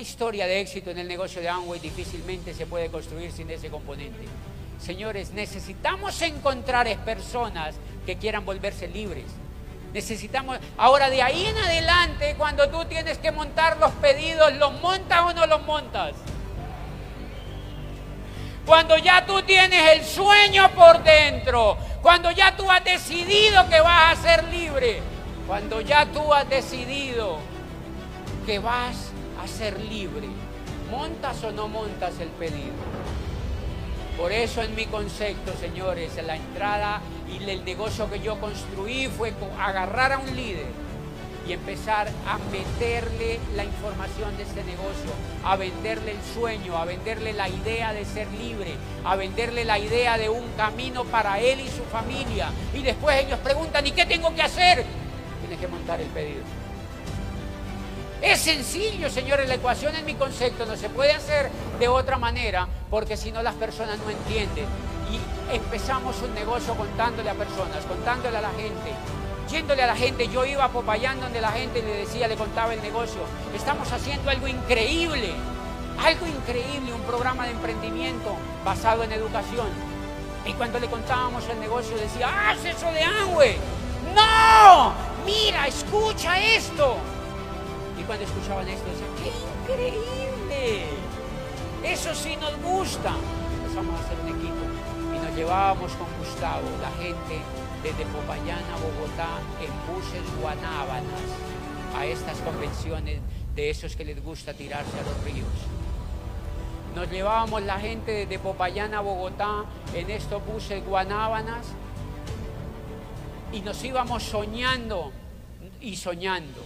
historia de éxito en el negocio de Amway difícilmente se puede construir sin ese componente. Señores, necesitamos encontrar personas que quieran volverse libres. Necesitamos, ahora de ahí en adelante, cuando tú tienes que montar los pedidos, ¿los montas o no los montas? Cuando ya tú tienes el sueño por dentro, cuando ya tú has decidido que vas a ser libre, cuando ya tú has decidido que vas a ser libre, montas o no montas el pedido. Por eso en mi concepto, señores, la entrada y el negocio que yo construí fue agarrar a un líder y empezar a meterle la información de este negocio, a venderle el sueño, a venderle la idea de ser libre, a venderle la idea de un camino para él y su familia. Y después ellos preguntan, ¿y qué tengo que hacer? Tienes que montar el pedido. Es sencillo, señores, la ecuación en mi concepto no se puede hacer de otra manera porque si no las personas no entienden. Y empezamos un negocio contándole a personas, contándole a la gente, yéndole a la gente. Yo iba a Popayán donde la gente le decía, le contaba el negocio. Estamos haciendo algo increíble, algo increíble, un programa de emprendimiento basado en educación. Y cuando le contábamos el negocio decía, ¡haz eso de Angüe! ¡No! ¡Mira, escucha esto! Y cuando escuchaban esto decían, ¡qué increíble! Eso sí nos gusta. Empezamos a hacer un equipo y nos llevábamos con Gustavo, la gente desde Popayán a Bogotá en buses guanábanas a estas convenciones de esos que les gusta tirarse a los ríos. Nos llevábamos la gente desde Popayán a Bogotá en estos buses guanábanas y nos íbamos soñando y soñando.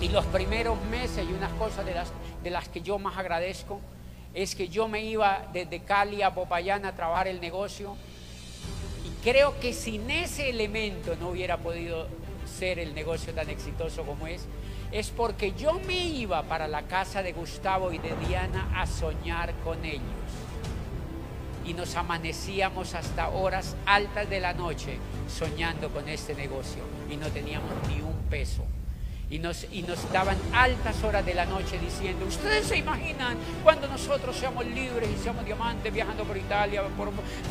Y los primeros meses, y unas cosas de las, de las que yo más agradezco, es que yo me iba desde Cali a Popayán a trabajar el negocio y creo que sin ese elemento no hubiera podido ser el negocio tan exitoso como es. Es porque yo me iba para la casa de Gustavo y de Diana a soñar con ellos. Y nos amanecíamos hasta horas altas de la noche soñando con este negocio y no teníamos ni un peso. Y nos, y nos, daban altas horas de la noche diciendo, ustedes se imaginan cuando nosotros seamos libres y seamos diamantes viajando por Italia, por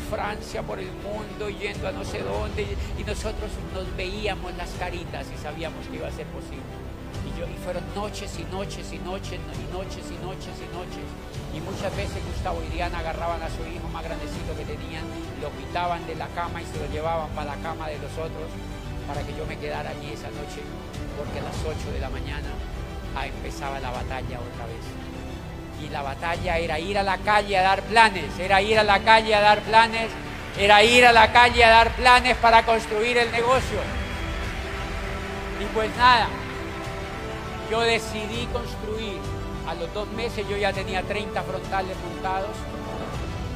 Francia, por el mundo, yendo a no sé dónde, y nosotros nos veíamos las caritas y sabíamos que iba a ser posible. Y, yo, y fueron noches y noches y noches y noches y noches y noches. Y muchas veces Gustavo y Diana agarraban a su hijo más grandecito que tenían, lo quitaban de la cama y se lo llevaban para la cama de los otros para que yo me quedara allí esa noche, porque a las 8 de la mañana ah, empezaba la batalla otra vez. Y la batalla era ir a la calle a dar planes, era ir a la calle a dar planes, era ir a la calle a dar planes para construir el negocio. Y pues nada, yo decidí construir. A los dos meses yo ya tenía 30 frontales montados.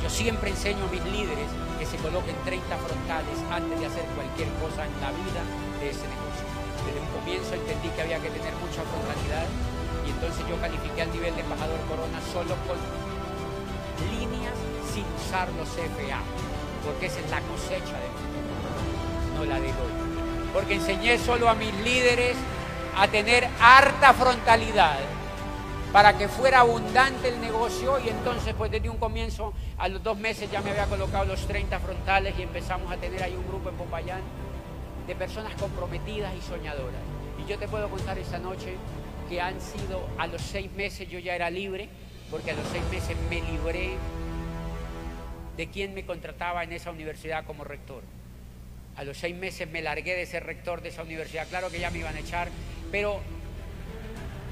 Yo siempre enseño a mis líderes que se coloquen 30 frontales antes de hacer cualquier cosa en la vida de ese negocio. Desde el comienzo entendí que había que tener mucha frontalidad y entonces yo califiqué al nivel de embajador Corona solo con líneas sin usar los FA, porque esa es la cosecha de mí, no la de hoy. Porque enseñé solo a mis líderes a tener harta frontalidad para que fuera abundante el negocio y entonces pues desde un comienzo, a los dos meses ya me había colocado los 30 frontales y empezamos a tener ahí un grupo en Popayán de personas comprometidas y soñadoras. Y yo te puedo contar esa noche que han sido, a los seis meses yo ya era libre, porque a los seis meses me libré de quien me contrataba en esa universidad como rector. A los seis meses me largué de ser rector de esa universidad. Claro que ya me iban a echar, pero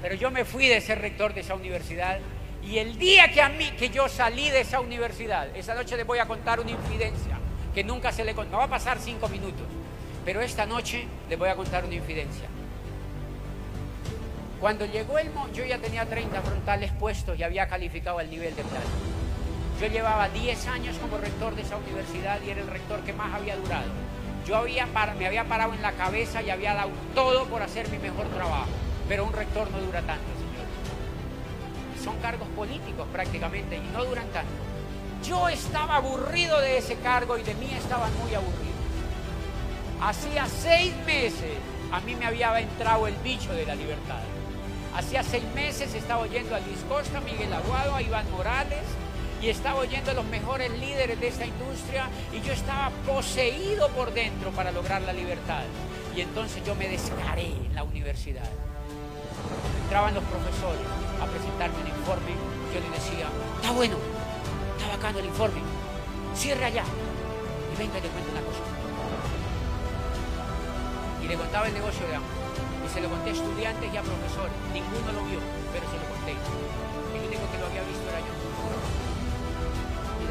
pero yo me fui de ser rector de esa universidad y el día que a mí que yo salí de esa universidad, esa noche les voy a contar una infidencia que nunca se le contó, no va a pasar cinco minutos, pero esta noche les voy a contar una infidencia. Cuando llegó el yo ya tenía 30 frontales puestos y había calificado al nivel de plan. Yo llevaba 10 años como rector de esa universidad y era el rector que más había durado. Yo había me había parado en la cabeza y había dado todo por hacer mi mejor trabajo pero un rector no dura tanto, señores. Son cargos políticos prácticamente y no duran tanto. Yo estaba aburrido de ese cargo y de mí estaban muy aburridos. Hacía seis meses a mí me había entrado el bicho de la libertad. Hacía seis meses estaba oyendo a Luis Costa, Miguel Aguado, a Iván Morales y estaba oyendo a los mejores líderes de esta industria y yo estaba poseído por dentro para lograr la libertad. Y entonces yo me descaré en la universidad. Entraban los profesores a presentarme un informe. Yo les decía, está bueno, está bacano el informe. Cierra allá. Y venga, te cuento una cosa. Y le contaba el negocio de ambos. Y se lo conté a estudiantes y a profesores. Ninguno lo vio, pero se lo conté. El único que lo había visto era yo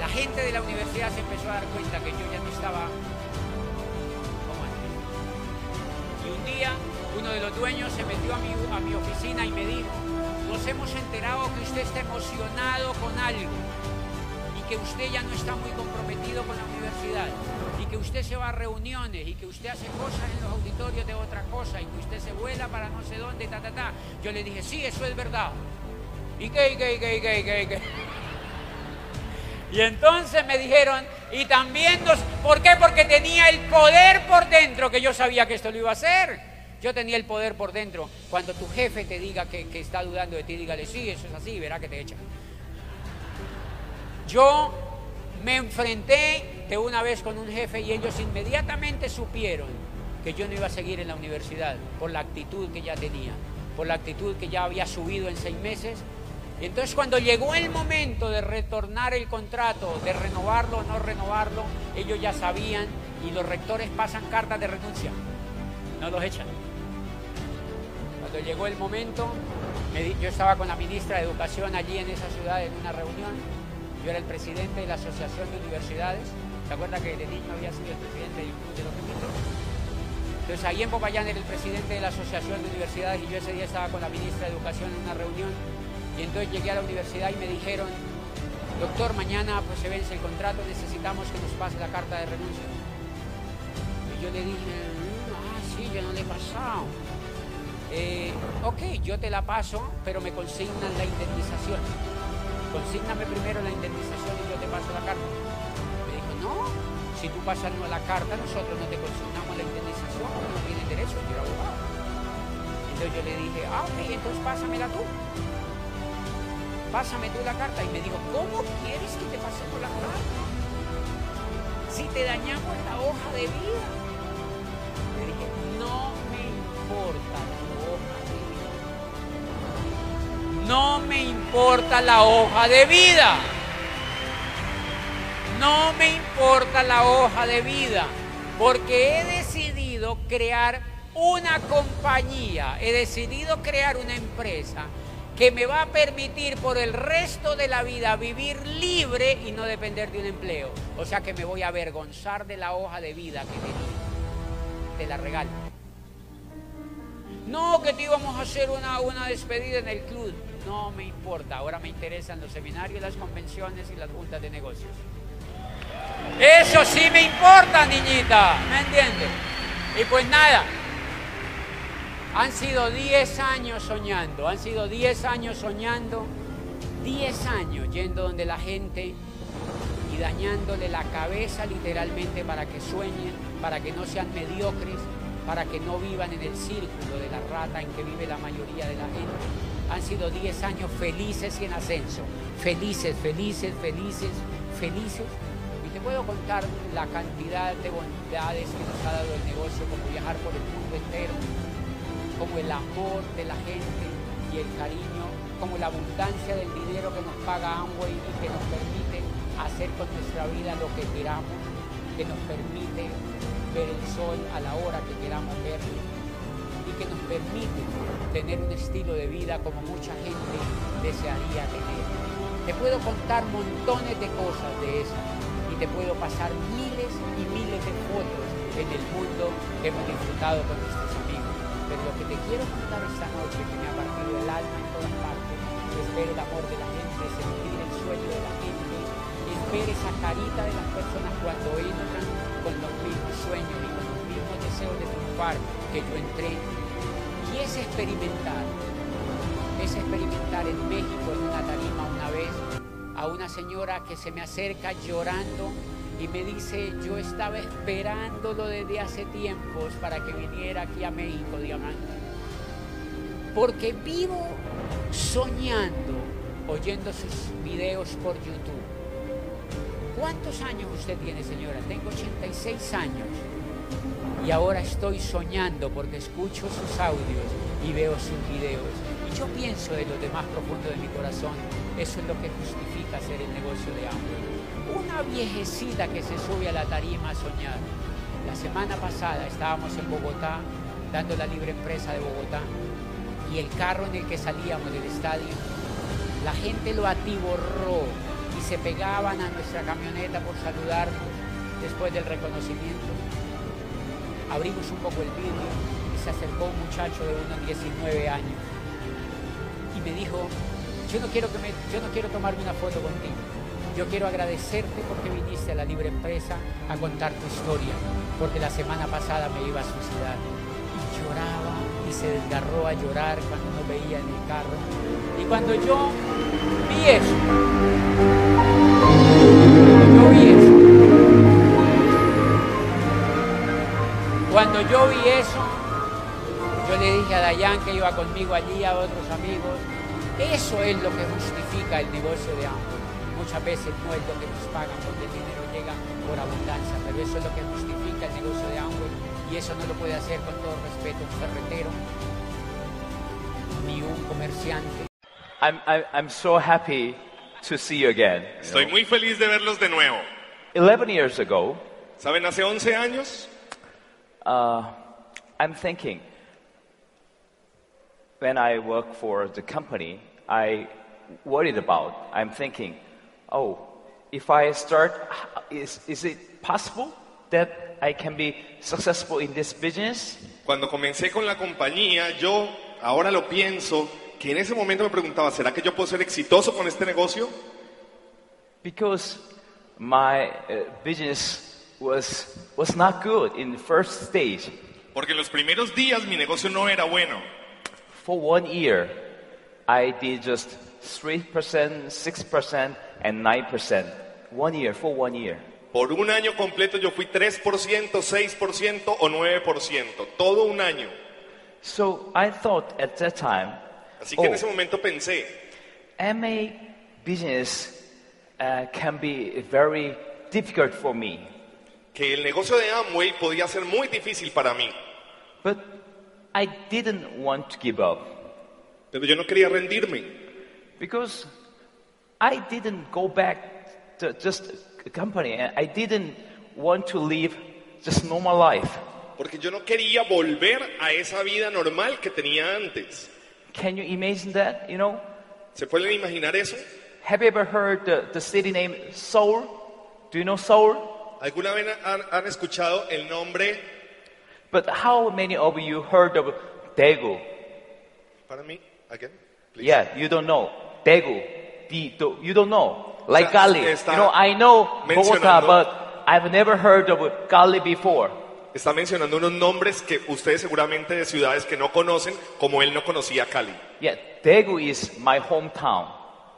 la gente de la universidad se empezó a dar cuenta que yo ya no estaba como antes. Y un día uno de los dueños se metió a mi, a mi oficina y me dijo, nos hemos enterado que usted está emocionado con algo y que usted ya no está muy comprometido con la universidad y que usted se va a reuniones y que usted hace cosas en los auditorios de otra cosa y que usted se vuela para no sé dónde, ta, ta, ta. Yo le dije, sí, eso es verdad. Y que, y que, y que, y que, y que, y que. Y entonces me dijeron, y también nos... ¿Por qué? Porque tenía el poder por dentro, que yo sabía que esto lo iba a hacer. Yo tenía el poder por dentro. Cuando tu jefe te diga que, que está dudando de ti, dígale, sí, eso es así, verá que te echan. Yo me enfrenté de una vez con un jefe y ellos inmediatamente supieron que yo no iba a seguir en la universidad por la actitud que ya tenía, por la actitud que ya había subido en seis meses entonces cuando llegó el momento de retornar el contrato, de renovarlo o no renovarlo, ellos ya sabían y los rectores pasan cartas de renuncia. No los echan. Cuando llegó el momento, me di, yo estaba con la ministra de Educación allí en esa ciudad en una reunión. Yo era el presidente de la Asociación de Universidades. ¿Se acuerda que de niño había sido el presidente del Club de los Ministros? Entonces ahí en Popayán era el presidente de la Asociación de Universidades y yo ese día estaba con la ministra de Educación en una reunión y entonces llegué a la universidad y me dijeron, doctor, mañana pues se vence el contrato, necesitamos que nos pase la carta de renuncia. Y yo le dije, ah, sí, yo no le he pasado. Eh, ok, yo te la paso, pero me consignan la indemnización. Consígname primero la indemnización y yo te paso la carta. Me dijo, no, si tú pasas la carta, nosotros no te consignamos la indemnización, no tienes derecho, yo era abogado. Entonces yo le dije, ah, ok, entonces pásamela tú pásame tú la carta. Y me dijo, ¿cómo quieres que te pasemos la carta? Si te dañamos la hoja de vida. Le dije, no me importa la hoja de vida. No me importa la hoja de vida. No me importa la hoja de vida. Porque he decidido crear una compañía, he decidido crear una empresa que me va a permitir por el resto de la vida vivir libre y no depender de un empleo. O sea que me voy a avergonzar de la hoja de vida que tenía. Te la regalo. No, que te íbamos a hacer una, una despedida en el club. No me importa. Ahora me interesan los seminarios, las convenciones y las juntas de negocios. Eso sí me importa, niñita. ¿Me entiendes? Y pues nada. Han sido 10 años soñando, han sido 10 años soñando, 10 años yendo donde la gente y dañándole la cabeza literalmente para que sueñen, para que no sean mediocres, para que no vivan en el círculo de la rata en que vive la mayoría de la gente. Han sido 10 años felices y en ascenso, felices, felices, felices, felices. Y te puedo contar la cantidad de bondades que nos ha dado el negocio, como viajar por el mundo entero como el amor de la gente y el cariño, como la abundancia del dinero que nos paga Amway y que nos permite hacer con nuestra vida lo que queramos, que nos permite ver el sol a la hora que queramos verlo y que nos permite tener un estilo de vida como mucha gente desearía tener. Te puedo contar montones de cosas de esas y te puedo pasar miles y miles de fotos en el mundo que hemos disfrutado con nuestros amigos pero lo que te quiero contar esta noche que me ha partido el alma en todas partes es ver el amor de la gente, sentir el sueño de la gente, es ver esa carita de las personas cuando entran con los mismos sueños y con los mismos deseos de triunfar que yo entré. Y es experimentar, es experimentar en México en una tarima una vez a una señora que se me acerca llorando y me dice, yo estaba esperándolo desde hace tiempos para que viniera aquí a México, Diamante. Porque vivo soñando, oyendo sus videos por YouTube. ¿Cuántos años usted tiene, señora? Tengo 86 años. Y ahora estoy soñando porque escucho sus audios y veo sus videos. Y yo pienso de lo demás profundo de mi corazón. Eso es lo que justifica hacer el negocio de Amway. Una viejecita que se sube a la tarima a soñar. La semana pasada estábamos en Bogotá, dando la libre empresa de Bogotá. Y el carro en el que salíamos del estadio, la gente lo atiborró y se pegaban a nuestra camioneta por saludarnos después del reconocimiento. Abrimos un poco el vidrio y se acercó un muchacho de unos 19 años y me dijo, yo no quiero, que me, yo no quiero tomarme una foto contigo, yo quiero agradecerte porque viniste a la libre empresa a contar tu historia, porque la semana pasada me iba a suicidar. Y lloraba y se desgarró a llorar cuando no veía en el carro. Y cuando yo vi eso, yo vi eso. Cuando yo vi eso, yo le dije a Dayan que iba conmigo allí, a otros amigos. Eso es lo que justifica el negocio de ambos. Muchas veces no es lo que nos pagan porque el dinero llega por abundancia, pero eso es lo que justifica el negocio de ambos y eso no lo puede hacer con todo respeto un ferretero ni un comerciante. I'm, I, I'm so happy to see you again. you know. Estoy muy feliz de verlos de nuevo. 11 years ago, ¿Saben? Hace 11 años uh, I'm thinking, when I work for the company, I worried about, I'm thinking, oh, if I start, is, is it possible that I can be successful in this business? Cuando comencé con la compañía, yo ahora lo pienso, que en ese momento me preguntaba, ¿será que yo puedo ser exitoso con este negocio? Because my uh, business was, was not good in the first stage. Porque en los primeros días mi negocio no era bueno. For one year, I did just 3%, 6%, and 9%. One year, for one year. Por un año completo yo fui 3%, 6% o 9%, todo un año. So I thought at that time, Así que en oh, ese momento pensé, MA business uh, can be very difficult for me. que el negocio de Amway podía ser muy difícil para mí, But I didn't want to give up pero yo no quería rendirme, because I didn't go back to just a company. and I didn't want to live just normal life. porque yo no quería volver a esa vida normal que tenía antes. Can you imagine that? You know, ¿Se pueden imaginar eso? have you ever heard the, the city name Seoul? Do you know Seoul? ¿Alguna vez han, han escuchado el nombre But how many of you heard of Daegu? para mí? again, please? Yeah, you don't know Daegu. The- the- you don't know like Está- Cali. está You know, I know Bogota, mencionando- but I've never heard of Cali before. Está mencionando unos nombres que ustedes seguramente de ciudades que no conocen, como él no conocía Cali. Yeah, Daegu is my hometown.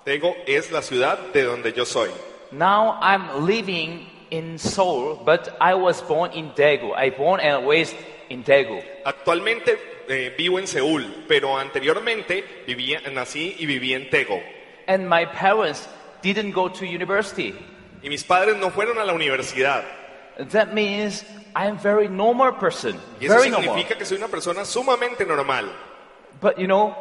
Tego es la ciudad de donde yo soy. Now I'm living in Seoul, but I was born in Daegu. I born and raised in Daegu. Actualmente eh, vivo en Seúl, pero anteriormente vivía, nací y viví en Tego. And my parents didn't go to university. Y mis padres no fueron a la universidad. That means I'm very normal person, Y eso very normal. significa que soy una persona sumamente normal. But you know,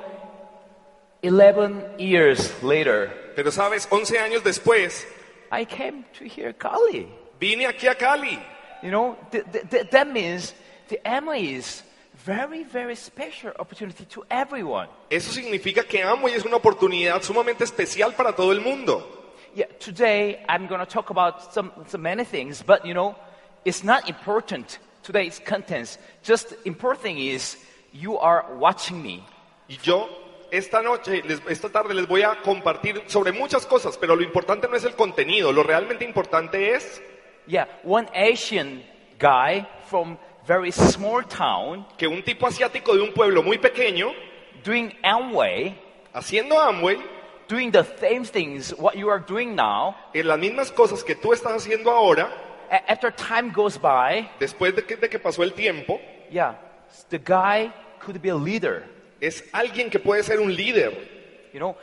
11 years later, Pero sabes, 11 años después, I came to hear Kali. vine aquí a Cali. You know, th- th- th- that means the Emma is very, very special opportunity to everyone. Eso significa que Amway es una oportunidad sumamente especial para todo el mundo. Yeah, today I'm going to talk about some, some many things, but you know, it's not important today's contents. Just important thing is you are watching me. Y yo esta noche, les- esta tarde les voy a compartir sobre muchas cosas, pero lo importante no es el contenido, lo realmente importante es Yeah, one Asian guy from very small town que un tipo asiático de un pueblo muy pequeño, doing Amway, haciendo Amway, doing the same things what you are doing now. en las mismas cosas que tú estás haciendo ahora, A- after time goes by, después de que, de que pasó el tiempo, yeah, the guy could be a leader. Es alguien que puede ser un líder. You know,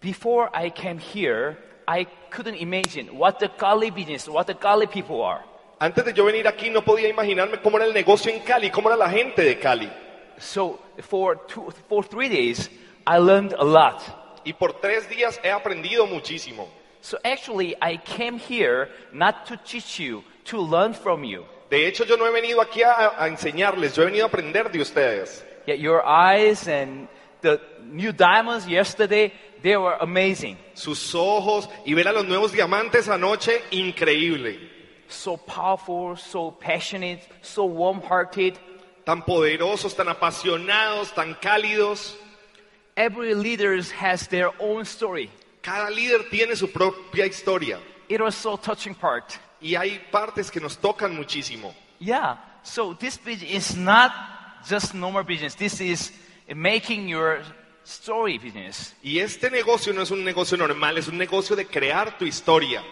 before I came here, I couldn't imagine what the Kali business, what the Kali people are. Antes de yo venir aquí no podía imaginarme cómo era el negocio en Cali, cómo era la gente de Cali. So for two, for three days, I learned a lot. Y por tres días he aprendido muchísimo. So actually, I came here not to teach you, to learn from you. De hecho, yo no he venido aquí a, a enseñarles, yo he venido a aprender de ustedes. Yeah, your eyes and the new diamonds yesterday, they were amazing. Sus ojos y ver a los nuevos diamantes anoche, increíble. So powerful, so passionate, so warm-hearted. Tan poderosos, tan apasionados, tan cálidos. Every leader has their own story. Cada líder tiene su propia historia It was so touching part. y hay partes que nos tocan muchísimo. Yeah. So this business is not just normal business. This is making your story business. Y este negocio no es un negocio normal, es un negocio de crear tu historia.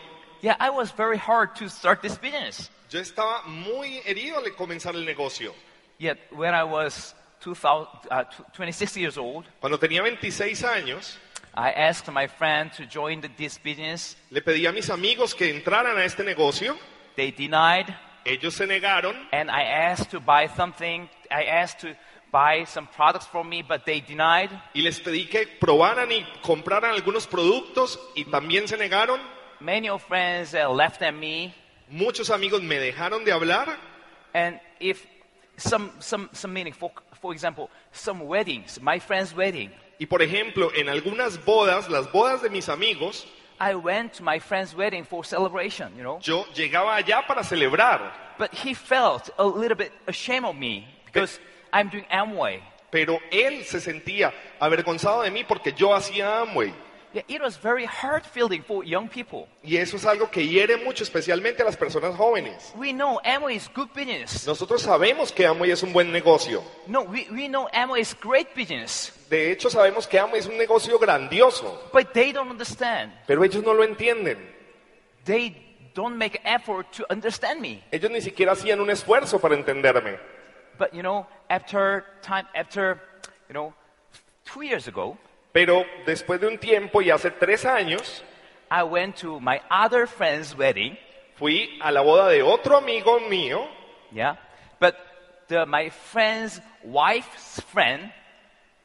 Yeah, I was very hard to start this business. Yo estaba muy herido al comenzar el negocio. Yet when I was 2000, uh, tw- 26 years old, Cuando tenía 26 años, I asked my friend to join the, this business. le pedí a mis amigos que entraran a este negocio. They denied, Ellos se negaron and I asked to buy something. I asked to buy some products from me, but they denied. y les pedí que probaran y compraran algunos productos y también se negaron. Many of friends uh, left at me. Muchos amigos me dejaron de hablar And if some, some, some meaning, for, for example, some weddings, my friend's wedding, y por ejemplo en algunas bodas, las bodas de mis amigos, I went to my friend's wedding for celebration, you know. yo llegaba allá para celebrar, But he felt a little bit ashamed of me because I'm doing Amway. pero él se sentía avergonzado de mí porque yo hacía Amway. Yeah, it was very hard feeling for young people. Y eso es algo que hiere mucho, especialmente a las personas jóvenes. We know Amway is good business. Nosotros sabemos que Amway es un buen negocio. No, we, we know Amway is great business, De hecho, sabemos que Amway es un negocio grandioso, but they don't understand. pero ellos no lo entienden. They don't make effort to understand me. Ellos ni siquiera hacían un esfuerzo para entenderme. But you know, after time, after you know, two years ago, Pero después de un tiempo y hace tres años, I went to my other friend's wedding, fui a la boda de otro amigo mío, yeah, but the, my friend's wife's friend,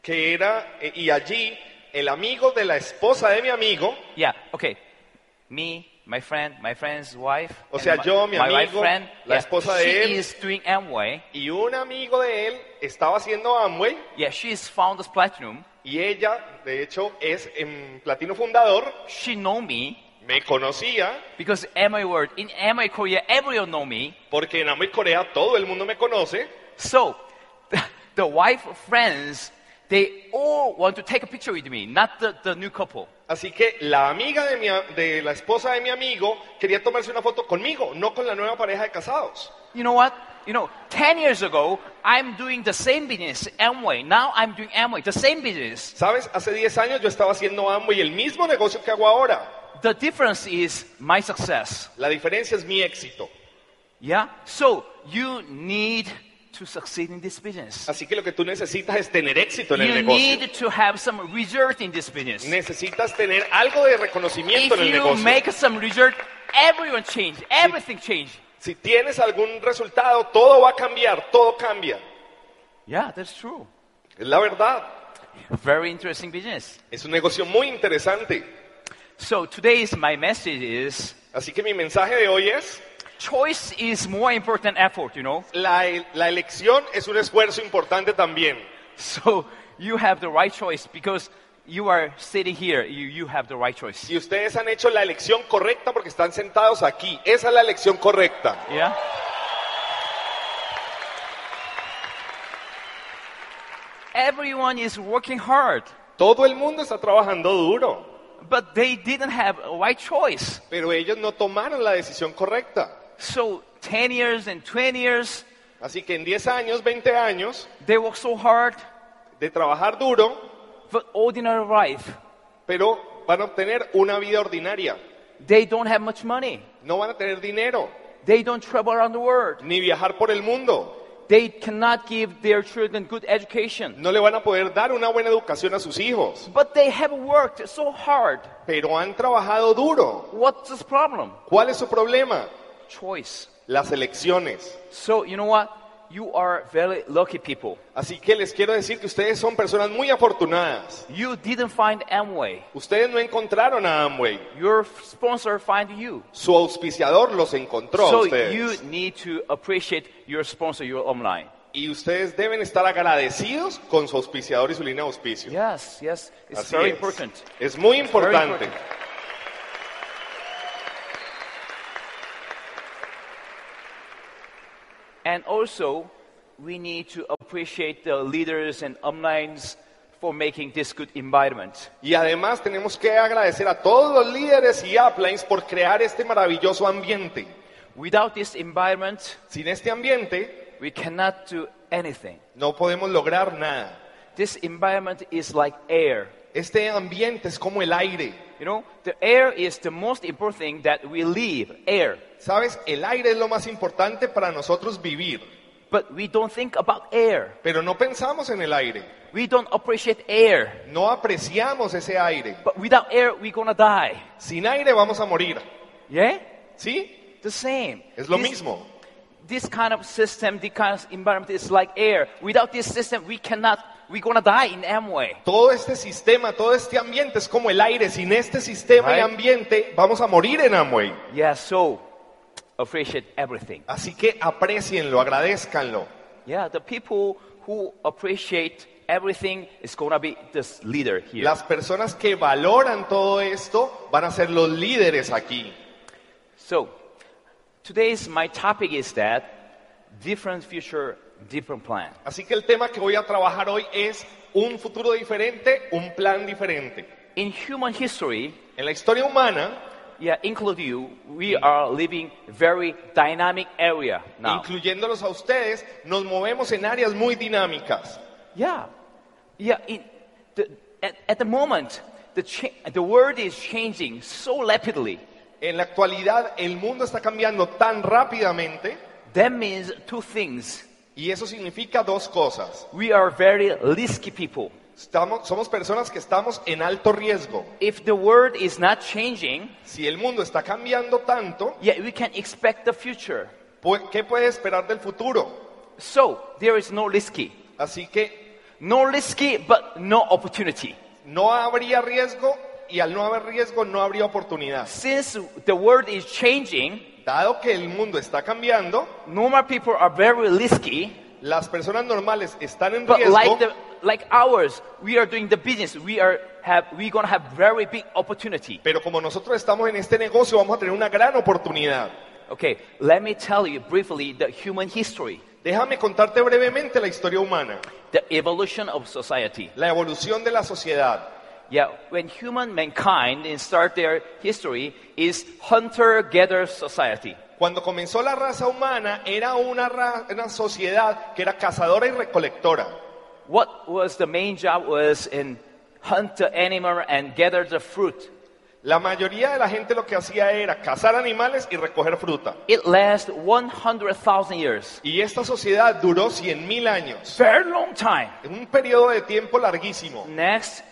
que era, eh, y allí el amigo de la esposa de mi amigo, yeah, okay, me, my friend, my friend's wife, O and sea, my, yo, mi my wife amigo, friend, la yeah, esposa de she él. is doing Amway, y un amigo de él estaba haciendo Amway, yeah, she is founders platinum, y ella, de hecho, es em, platino fundador, she know me me conocía, because Amway world in Amway Korea, everyone know me, porque en Amway Corea todo el mundo me conoce, so the, the wife friends. They all want to take a picture with me, not the, the new couple. así que la amiga de, mi a- de la esposa de mi amigo quería tomarse una foto conmigo, no con la nueva pareja de casados. You know what? You know, 10 years ago, I'm doing the same business, Amway. Now I'm doing Amway, the same business. ¿Sabes? Hace 10 años yo estaba haciendo Amway, el mismo negocio que hago ahora. The difference is my success. La diferencia es mi éxito. Yeah? So you need to succeed in this business. Así que lo que tú necesitas es tener éxito en el You negocio. need to have some result in this business. Necesitas tener algo de reconocimiento If en el you negocio. make some result, everyone change, everything change. Si tienes algún resultado, todo va a cambiar, todo cambia. Yeah, that's true. Es la verdad. Very interesting business. Es un negocio muy interesante. So today's my message is Así que mi mensaje de hoy es, choice is more important effort, you know? la, el- la elección es un esfuerzo importante también. So you have the right choice because you are sitting here. You, you have the right choice. Y ustedes han hecho la elección correcta porque están sentados aquí. Esa es la elección correcta. Yeah? Everyone is working hard, Todo el mundo está trabajando duro. but they didn't have a right choice. Pero ellos no tomaron la decisión correcta. So 10 years and 20 years, Así que en 10 años, 20 años they work so hard de trabajar duro, for ordinary life. pero van a obtener una vida ordinaria. They don't have much money. No van a tener dinero, They don't travel around the world. ni viajar por el mundo. They cannot give their children good education. No le van a poder dar una buena educación a sus hijos, But they have worked so hard. pero han trabajado duro. What's this problem? ¿Cuál es su problema? Choice. Las elecciones. So, you know what? You are very lucky people. Así que les quiero decir que ustedes son personas muy afortunadas. You didn't find Amway. Ustedes no encontraron a Amway. Your sponsor find you. Su auspiciador los encontró a So you ustedes. need to appreciate your sponsor, your online. Y ustedes deben estar agradecidos con su auspiciador y su línea de auspicio. Yes, yes, it's Así very es. important. Es muy importante. important. And also, we need to appreciate the leaders and alumni's for making this good environment. Y además tenemos que agradecer a todos los líderes y uplines por crear este maravilloso ambiente. Without this environment, Sin este ambiente we cannot do anything. no podemos lograr nada. This environment is like air. Este ambiente es como el aire. You know, the air is the most important thing that we live, air. Sabes, el aire es lo más importante para nosotros vivir, But we don't think about air. pero no pensamos en el aire, We don't appreciate air. no apreciamos ese aire. But without air, we're gonna die. Sin aire vamos a morir, Yeah? ¿sí? The same. Es lo This- mismo. This kind of system, this kind of environment is like air. Without this system, we cannot, we're gonna die in Amway. Todo este sistema, todo este ambiente es como el aire. Sin este sistema y Right. ambiente vamos a morir en Amway. Yeah, so appreciate everything. Así que aprecienlo, agradezcanlo. Yeah, the people who appreciate everything is gonna be this leader here. Las personas que valoran todo esto van a ser los líderes aquí. So, today's my topic is that different future, different plan. Así que el tema que voy a trabajar hoy es un futuro diferente, un plan diferente. In human history, En la historia humana, yeah, include you, we are living very dynamic area now. incluyéndolos a ustedes, nos movemos en áreas muy dinámicas. Yeah, yeah. In the, at, at the moment, the cha- the world is changing so rapidly. En la actualidad, el mundo está cambiando tan rápidamente That means two things: y eso significa dos cosas. we are very risky people. Estamos, somos personas que estamos en alto riesgo. If the world is not changing, Si el mundo está cambiando tanto, yeah, we can expect the future. pu- ¿qué puede esperar del futuro? So there is no risky, Así que no risky, but no opportunity. no habría riesgo y al no haber riesgo no habría oportunidad. Since the world is changing, Dado que el mundo está cambiando, normal people are very risky. las personas normales están en But riesgo, like the like ours, we are doing the business. We are have we gonna have very big opportunity. pero como nosotros estamos en este negocio vamos a tener una gran oportunidad. Okay, let me tell you briefly the human history, Déjame contarte brevemente la historia humana, the evolution of society. la evolución de la sociedad. Yeah, when human mankind in start their history is hunter-gatherer society. Cuando comenzó la raza humana era una, ra- una sociedad que era cazadora y recolectora. What was the main job was in hunt the animal and gather the fruit. La mayoría de la gente lo que hacía era cazar animales y recoger fruta. It lasts 100,000 years. Y esta sociedad duró 100.000 años. Very long time. En un periodo de tiempo larguísimo. Next,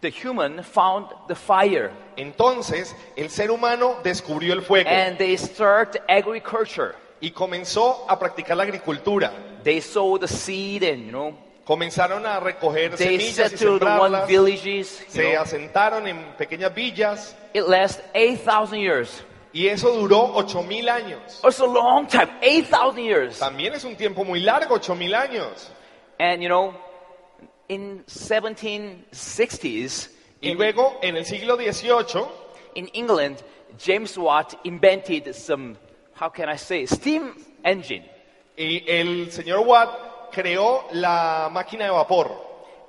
the human found the fire. Entonces, el ser humano descubrió el fuego and they start agriculture. y comenzó a practicar la agricultura. They sow the seed and you know Comenzaron a recoger they semillas y settle the one sembrarlas. villages. You Se know. asentaron en pequeñas villas It lasts eight thousand years. y eso duró 8000 años. It's a long time, eight thousand years. También es un tiempo muy largo, 8000 años. And you know, in seventeen sixties Y in, luego, en el siglo XVIII, in England, James Watt invented some how can I say steam engine. y el señor Watt creó la máquina de vapor.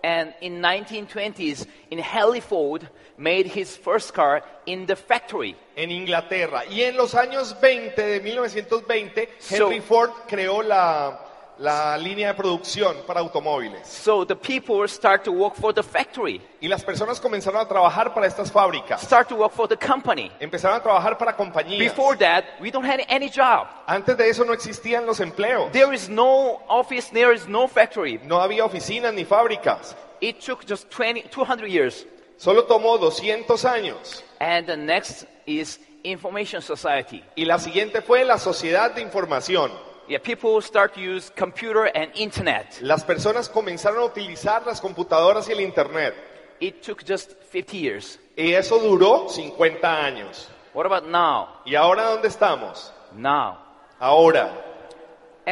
And in 1920s, in Halifax, made his first car in the factory. En Inglaterra. Y en los años 20 de 1920, So- Henry Ford creó la, la línea de producción para automóviles. So the people start to work for the factory, Y las personas comenzaron a trabajar para estas fábricas. start to work for the company. Empezaron a trabajar para compañías. Before that, we don't have any job. Antes de eso no existían los empleos. There is no office, there is no factory. No había oficinas ni fábricas. It took just 20, 200 years. Solo tomó 200 años. And the next is information society. Y la siguiente fue la sociedad de información. Yeah, people start to use computer and internet. Las personas comenzaron a utilizar las computadoras y el Internet. It took just 50 years. Y eso duró 50 años. What about now? ¿Y ahora dónde estamos? Now, Ahora,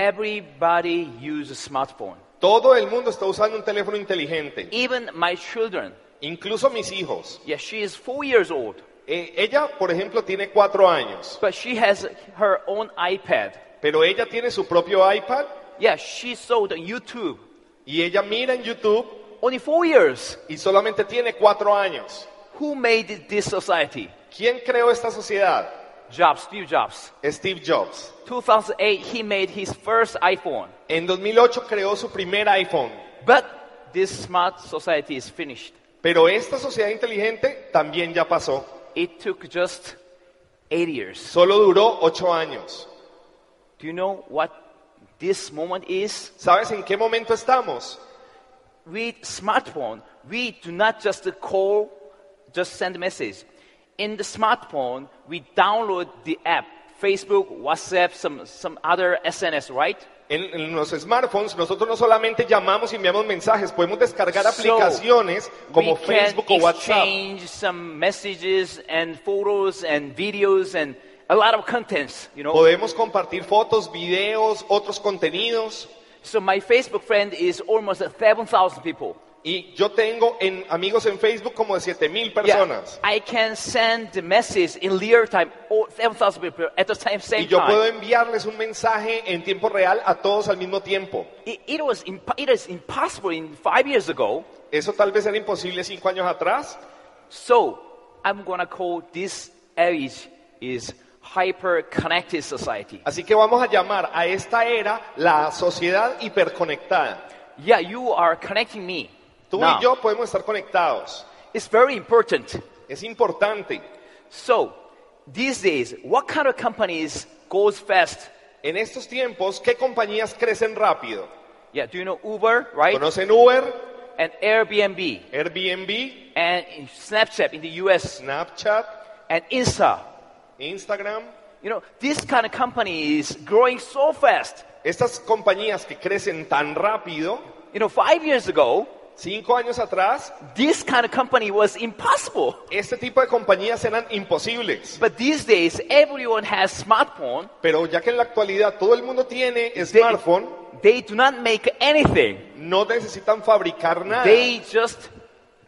everybody uses smartphone. todo el mundo está usando un teléfono inteligente. Even my children. Incluso mis hijos. Yeah, she is four years old, Eh, ella, por ejemplo, tiene cuatro años. but she has her own iPad. Pero ella tiene su propio iPad Yeah, she saw the YouTube. y ella mira en YouTube Only four years. y solamente tiene cuatro años. Who made this society? ¿Quién creó esta sociedad? Jobs, Steve Jobs. Steve Jobs. 2008, he made his first iPhone. En 2008 creó su primer iPhone. But this smart society is finished. Pero esta sociedad inteligente también ya pasó. It took just eight years. Solo duró ocho años. Do you know what this moment is? ¿Sabes en qué momento estamos? With smartphone, we do not just call, just send message. In the smartphone, we download the app, Facebook, WhatsApp, some, some other SNS, right? En, en los smartphones nosotros no solamente llamamos y enviamos mensajes, podemos descargar So, aplicaciones como we can Facebook o WhatsApp. exchange some messages and photos and videos and a lot of contents, you know. Podemos compartir fotos, videos, otros contenidos. So my Facebook friend is almost 7,000 people. Y yo tengo en, amigos en Facebook como de 7000 Yeah, personas. I can send the message in real time, all 7,000 people at the time, Y same yo puedo time. enviarles un mensaje en tiempo real a todos al mismo tiempo. It, it was imp- it is impossible in five years ago. Eso tal vez era imposible cinco años atrás. So I'm gonna call this age is hyper-connected society. Así que vamos a llamar a esta era la sociedad hiperconectada. Yeah, you are connecting me. Tú now. y yo podemos estar conectados. It's very important. Es importante. So these days, what kind of companies goes fast? En estos tiempos, ¿qué compañías crecen rápido? Yeah, do you know Uber, right? ¿Conocen Uber, And Airbnb Airbnb, and Snapchat in the U.S. Snapchat, and Insta. Instagram? You know, this kind of company is growing so fast. Estas compañías que crecen tan rápido, You know, five years ago, cinco años atrás, this kind of company was impossible. este tipo de compañías eran imposibles. But these days, everyone has smartphone. Pero ya que en la actualidad todo el mundo tiene They- smartphone, They, do not make anything. no necesitan fabricar nada. They just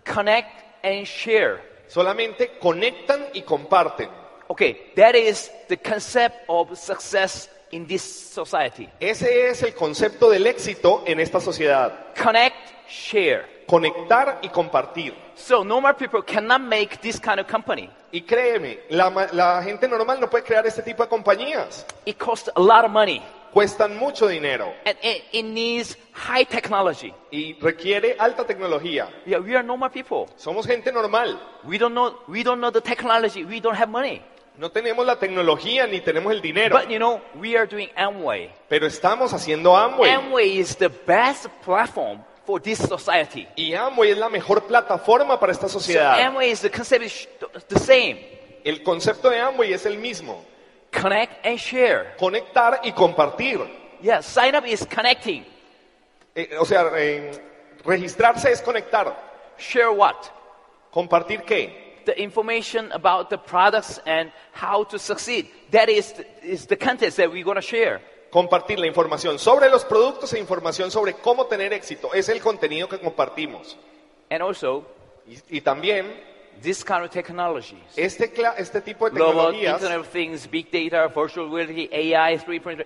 connect and share. Solamente conectan y comparten. Okay, that is the concept of success in this society. Ese es el concepto del éxito en esta sociedad. Connect, share. Conectar y compartir. So normal people cannot make this kind of company. Y créeme, la, ma- la gente normal no puede crear este tipo de compañías. It costs a lot of money Cuestan mucho dinero and it, it needs high technology. y requiere alta tecnología. Yeah, we are normal people. Somos gente normal. We don't know we don't know the technology. We don't have money. No tenemos la tecnología ni tenemos el dinero, But you know, we are doing Amway. pero estamos haciendo Amway. Amway is the best platform for this society. Y Amway es la mejor plataforma para esta So sociedad. Amway is the concept is sh- the same. El concepto de Amway es el mismo. Connect and share. Conectar y compartir. Yeah, sign up is connecting. Eh, o sea, eh, registrarse es conectar. Share what? ¿Compartir qué? The information about the products and how to succeed. That is the, is the content that we're going to share. Compartir la información sobre los productos e información sobre cómo tener éxito. Es el contenido que compartimos. And also, Y, y también this kind of technologies. este, cla- este tipo de Global tecnologías, Internet of Things, Big Data, Virtual Reality, AI 3.0. oh.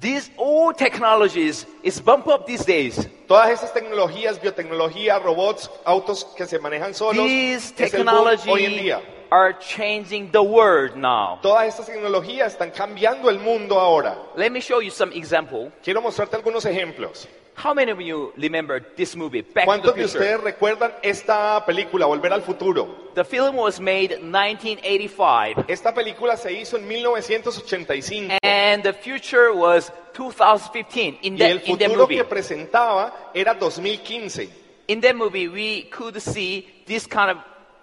These all technologies is bump up these days. todas estas tecnologías, biotecnología, robots, autos que se manejan solos, These es el boom hoy en technology día. are changing the world now. Todas estas tecnologías están cambiando el mundo ahora. Let me show you some example. Quiero mostrarte algunos ejemplos. How many of you remember this movie, Back to the ¿Cuántos de Future? ustedes recuerdan esta película, Volver al Futuro? The film was made 1985, Esta película se hizo en 1985 and the future was 2015. In y el that, in that futuro movie, que presentaba era 2015. in that movie, we could see this kind of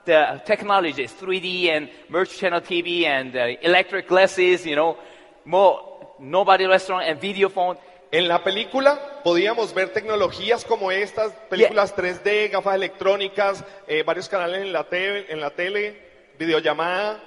the technologies, 3D and merge channel TV and uh, electric glasses, you know, more nobody restaurant and video phone. En la película podíamos ver tecnologías como estas, películas 3D, gafas electrónicas, eh, varios canales en la, tele, en la tele, videollamada.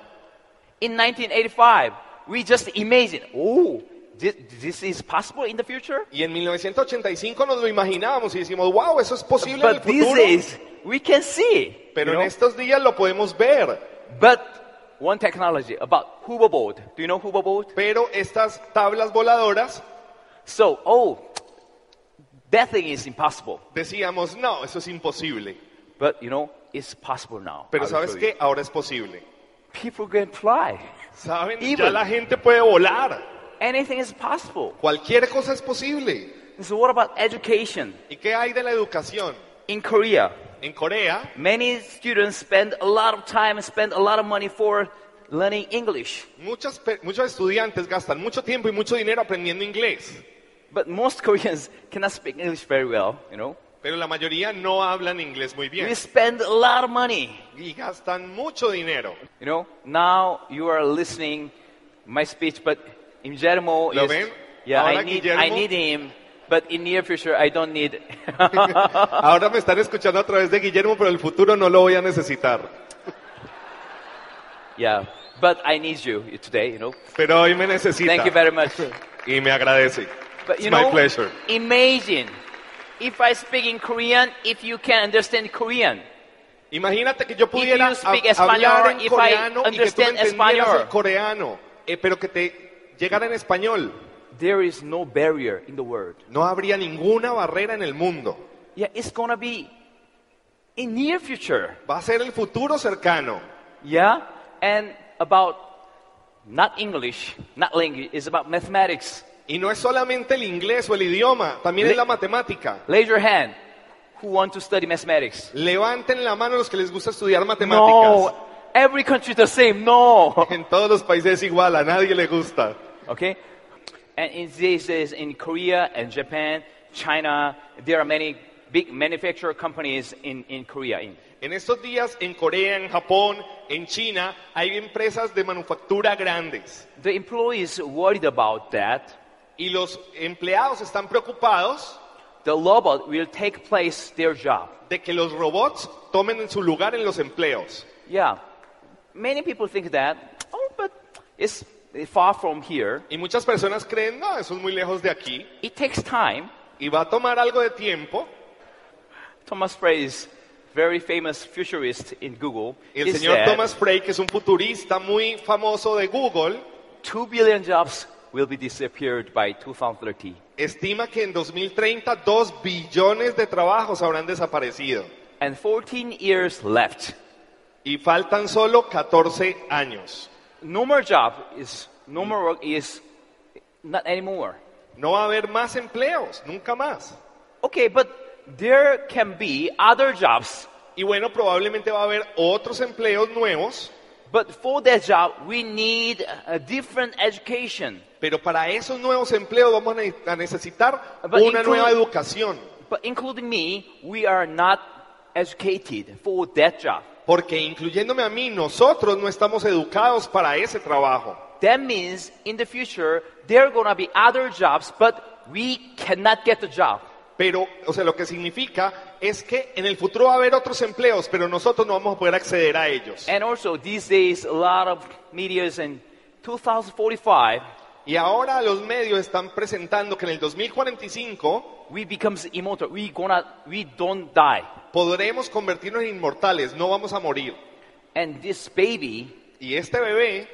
In 1985, we just imagined, oh, this, this is possible in the future. Y en 1985 nos lo imaginábamos y decimos, wow, eso es posible en el But these futuro. days, we can see. Pero you en know? estos días lo podemos ver. But one technology about hoverboard. Do you know hoverboard? Pero estas tablas voladoras So, oh, that thing is impossible. decíamos, no, eso es imposible. But you know, it's possible now. Pero I'll ¿sabes show qué? Ahora es posible. you. People can fly. ¿Saben? Ya Even. la gente puede volar. Anything is possible. Cualquier cosa es posible. So, what about education? ¿Y qué hay de la educación? In Korea, En Corea, many students spend a lot of time and spend a lot of money for learning English. muchas pe- muchos estudiantes gastan mucho tiempo y mucho dinero aprendiendo inglés. But most Koreans cannot speak English very well, you know. Pero la mayoría no hablan inglés muy bien. We spend a lot of money. Y gastan mucho dinero. You know, now you are listening my speech, but in Guillermo ¿Lo is, ven? yeah, Ahora I need, I Guillermo- need him, but in near future I don't need. Ahora me están escuchando a través de Guillermo, pero en el futuro no lo voy a necesitar. yeah, but I need you today. You know, Pero hoy me necesita. thank you very much. Y me agradece. But you It's my know, pleasure. imagine if I speak in Korean, if you can understand Korean, Imagínate que yo pudiera you speak hab- español, hablar en if I coreano y que tú me understand entendieras español. en coreano, eh, pero que te llegara en español. there is no barrier in the world. No habría ninguna barrera en el mundo. Yeah, it's gonna be in near future. Va a ser el futuro cercano. Yeah, and about not English, not language. It's about mathematics. Y no es solamente el inglés o el idioma, también Le- es la matemática. Raise your hand. Who want to study mathematics? Levanten la mano los que les gusta estudiar matemáticas. No. Every country the same. No. En todos los países es igual, a nadie le gusta. Okay. And in these days in Korea and Japan, China, there are many big manufacturer companies in, in Korea. In, En estos días en Corea, en Japón, en China, hay empresas de manufactura grandes. the employees worried about that. Y los empleados están preocupados The robot will take place their job. de que los robots tomen en su lugar en los empleos. Yeah. Many people think that, oh, but it's far from here. Y muchas personas creen, no, eso es muy lejos de aquí. It takes time. Y va a tomar algo de tiempo. Thomas Frey is very famous futurist in Google. Y el He señor said, Thomas Frey, que es un futurista muy famoso de Google, Two billion jobs will be disappeared by 2030. estima que en 2030 dos billones de trabajos habrán desaparecido. And 14 years left. Y faltan solo 14 años. No more job is, no more work is not anymore. No va a haber más empleos, nunca más. Okay, but there can be other jobs. Y bueno, probablemente va a haber otros empleos nuevos, But for that job, we need a different education. pero para esos nuevos empleos vamos a ne- a necesitar But una include- nueva educación. But including me, we are not educated for that job. Porque incluyéndome a mí, nosotros no estamos educados para ese trabajo. That means in the future, there are going to be other jobs, but we cannot get the job. Pero, o sea, lo que significa es que en el futuro va a haber otros empleos, pero nosotros no vamos a poder acceder a ellos. And also, these days, a lot of medias in 2045, Y ahora los medios están presentando que en el 2045 we becomes immortal. We gonna, we don't die. podremos convertirnos en inmortales, no vamos a morir. And this baby Y este bebé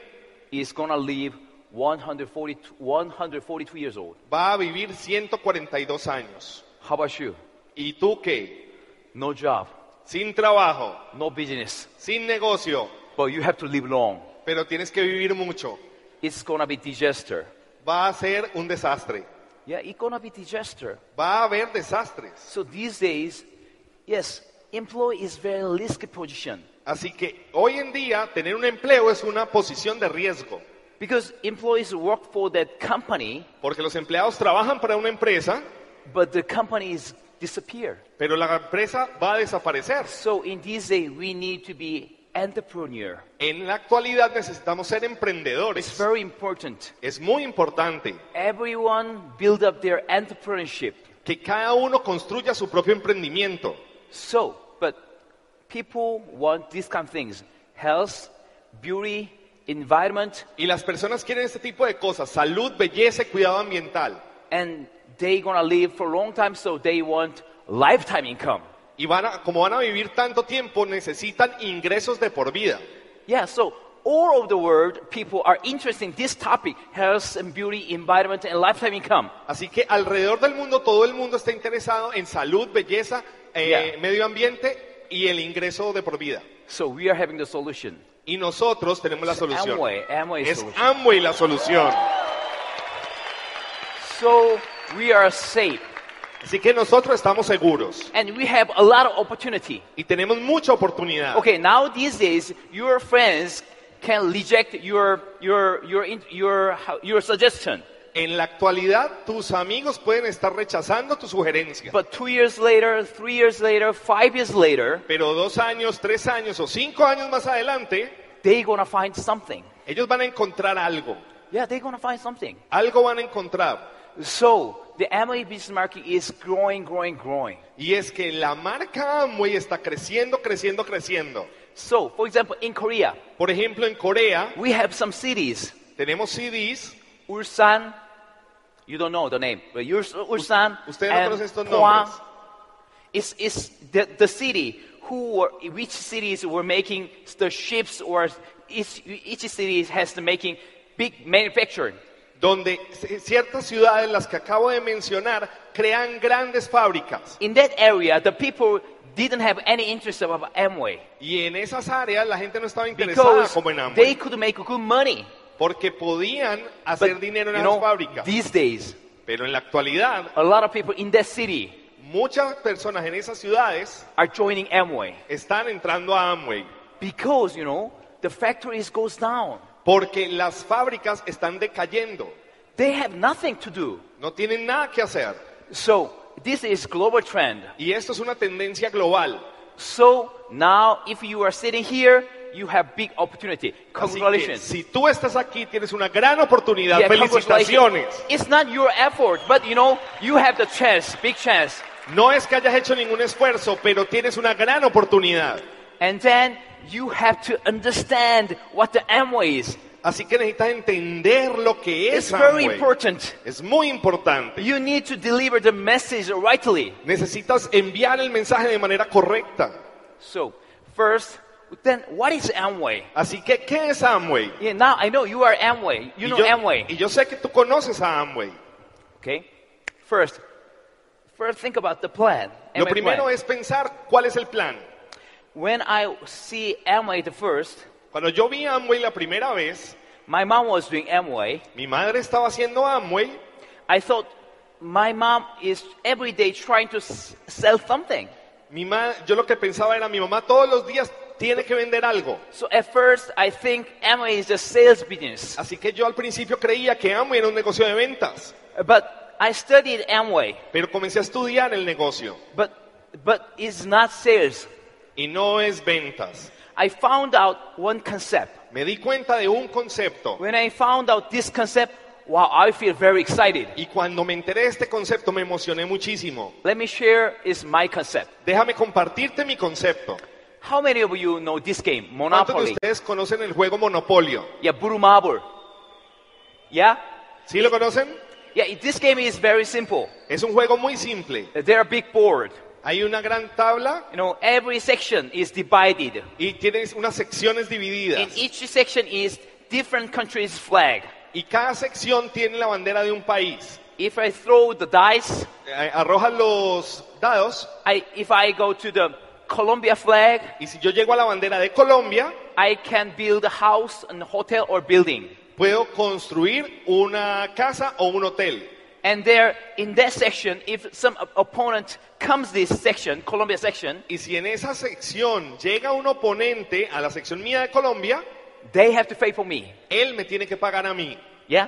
is gonna live 142, 142 years old. va a vivir 142 años. How about you? ¿Y tú qué? No job, Sin trabajo, no business, sin negocio, but you have to live long. pero tienes que vivir mucho. It's gonna be disaster. Va a ser un desastre. Yeah, it's gonna be disaster. Va a haber desastres. So these days, yes, employee is very risky position Así que hoy en día tener un empleo es una posición de riesgo, because employees work for that company, porque los empleados trabajan para una empresa, but the company is disappear. pero la empresa va a desaparecer. So in these days, we need to be entrepreneur. En la actualidad necesitamos ser It's emprendedores. very important. Es muy importante Everyone build up their entrepreneurship. que cada uno construya su propio emprendimiento. So, but people want these kind of things: health, beauty, environment, Y las personas quieren este tipo de cosas, salud, belleza y cuidado ambiental. and they gonna live for a long time. So they want lifetime income. Y van a- como van a vivir tanto tiempo, necesitan ingresos de por vida. Yeah. So all of the world, people are interested in this topic: health and beauty, environment, and lifetime income. Así que alrededor del mundo, todo el mundo está interesado en salud, belleza, eh, Yeah. medio ambiente y el ingreso de por vida. So we are having the solution. Y nosotros tenemos la It's solución. Amway, Amway es solution. Amway la solución. So we are safe, Así que nosotros estamos seguros and we have a lot of opportunity. y tenemos mucha oportunidad. Okay, now these days, your friends can reject your your your in- your how- your suggestion. En la actualidad, tus amigos pueden estar rechazando tu sugerencia. But two years later, three years later, five years later, Pero dos años, tres años o cinco años más adelante, they gonna find something. ellos van a encontrar algo. Yeah, they gonna find something. Algo van a encontrar. So the Amway business market is growing, growing, growing. Y es que la marca Amway está creciendo, creciendo, creciendo. So, for example, in Korea, Por ejemplo, en Corea we have some cities, tenemos CDs. Ulsan. You don't know the name, but Urs- Ulsan Usted no and conoce estos Pohang. nombres. It's, it's the, the city who were, which cities were making the ships or each, each city has the making big manufacturing. Donde c- ciertas ciudades, las que acabo de mencionar, crean grandes fábricas. In that area, the people didn't have any interest about Amway Y en esas áreas la gente no estaba interesada because como en they Amway. could make good money. Porque podían But, hacer dinero en you las know, fábricas. these days, Pero en la actualidad, a lot of people in that city muchas personas en esas ciudades are joining Amway están entrando a Amway. because you know the factories goes down. Porque las fábricas están decayendo, They have nothing to do. no tienen nada que hacer. So this is global trend. Y esto es una tendencia global. So now, if you are sitting here, you have big opportunity. Así que, Congratulations. si tú estás aquí, tienes una gran oportunidad. Yeah, Felicitaciones. It's not your effort, but you know, you have the chance, big chance. No es que hayas hecho ningún esfuerzo, pero tienes una gran oportunidad. And then you have to understand what the Amway is. Así que necesitas entender lo que It's es very Amway. important. Es muy importante. You need to deliver the message rightly. Necesitas enviar el mensaje de manera correcta. So, first, then what is Amway? Así que, ¿qué es Amway? Yeah, now I know you are Amway. You Y know yo- Amway. y yo sé que tú conoces a Amway. Okay? First, first think about the plan. Lo Amway plan. primero es pensar cuál es el plan. When I see Amway the first, Cuando yo vi Amway la primera vez, my mom was doing Amway. mi madre estaba haciendo Amway I thought my mom is every day trying to s- sell something. Mi ma- yo lo que pensaba era mi mamá todos los días tiene que vender algo. So at first I think Amway is a sales business. Así que yo al principio creía que Amway era un negocio de ventas, But I studied Amway, pero comencé a estudiar el negocio but but it's not sales. y no es ventas. I found out one concept. Me di cuenta de un concepto When I found out this concept, wow, I feel very excited. y cuando me enteré de este concepto me emocioné muchísimo. Let me share is my concept. Déjame compartirte mi concepto. How many of you know this game, ¿Cuántos de Monopoly? ustedes conocen el juego Monopolio? Yeah, Blue Marble. Yeah? ¿Sí lo conocen? Yeah, it- this game is very simple. Es un juego muy simple. Uh, There are big board. Hay una gran tabla You know, every section is divided. y tienes unas secciones In divididas each section is different country's flag. y cada sección tiene la bandera de un país. If I throw the dice, Eh, arrojas los dados I, if I go to the Colombia flag, y si yo llego a la bandera de Colombia, I can build a house, and hotel, or building. Puedo construir una casa o un hotel. And there, in that section, if some op- opponent comes this section, Colombia section, Y si en esa sección llega un oponente a la sección mía de Colombia, they have to pay for me. él me tiene que pagar a mí. Yeah?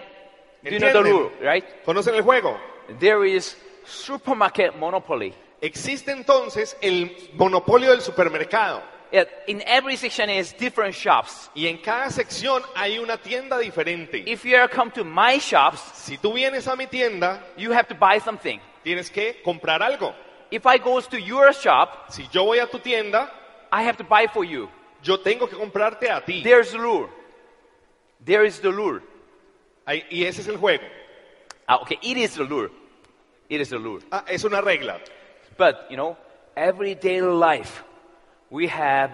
Do you know the Entienden? rule, right? ¿Conocen el juego? There is supermarket monopoly. Existe entonces el monopolio del supermercado Yeah, in every section is different shops. y en cada sección hay una tienda diferente. If you are come to my shops, Si tú vienes a mi tienda, you have to buy something. tienes que comprar algo. If I goes to your shop, Si yo voy a tu tienda, I have to buy for you. yo tengo que comprarte a ti. There's the lure. There is the lure. Ahí- Y ese es el juego. Ah, okay, it is the lure. It is the lure. Ah, es una regla. But you know, everyday life, we have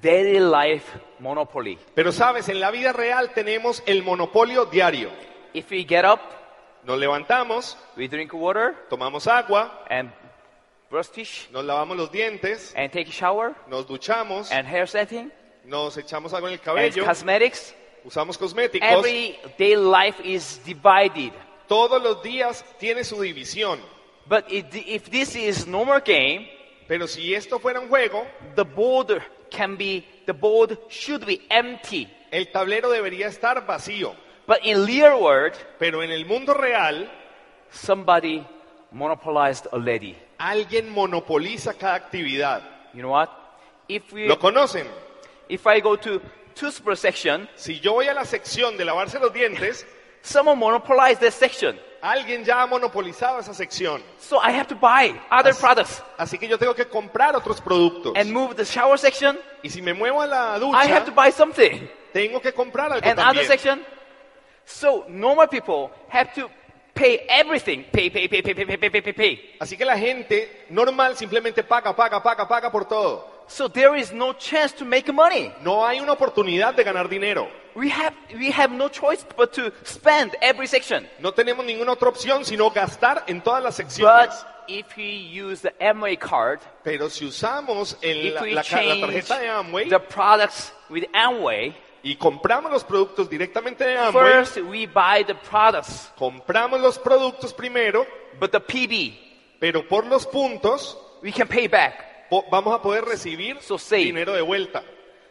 daily life monopoly. Pero sabes, en la vida real tenemos el monopolio diario. If we get up, Nos levantamos, we drink water tomamos agua, and brush teeth nos lavamos los dientes, and take a shower nos duchamos, and hair setting nos echamos algo en el and cabello, cosmetics. usamos cosméticos. Everyday life is divided. Todos los días tiene su división. But if, if this is normal game, Pero si esto fuera un juego, the board can be the board should be empty. el tablero debería estar vacío. But in real world, Pero en el mundo real, somebody monopolized already. alguien monopoliza cada actividad. You know what? If we ¿Lo conocen? if I go to toothbrush section, Si yo voy a la sección de lavarse los dientes, someone monopolized that section. alguien ya ha monopolizado esa sección. So I have to buy other products Así que yo tengo que comprar otros productos. and move the shower section. Y si me muevo a la I have to ducha, buy something. tengo que comprar algo And other también. section. So normal people have to pay everything. Pay, pay, pay, pay, pay, pay, pay, pay, pay, pay. Así que la gente normal simplemente paga, paga, paga, paga por todo. So there is no chance to make money. No hay una oportunidad de ganar dinero. We have, we have no choice but to spend every section. No tenemos ninguna otra opción sino gastar en todas las secciones. But if we use the Amway card, Pero si usamos el- if la, we la ca- la change tarjeta de Amway the products with Amway, y compramos los productos directamente de Amway, first we buy the products, compramos los productos primero, but the PB pero por los puntos we can pay back. po- vamos a poder recibir So save. dinero de vuelta.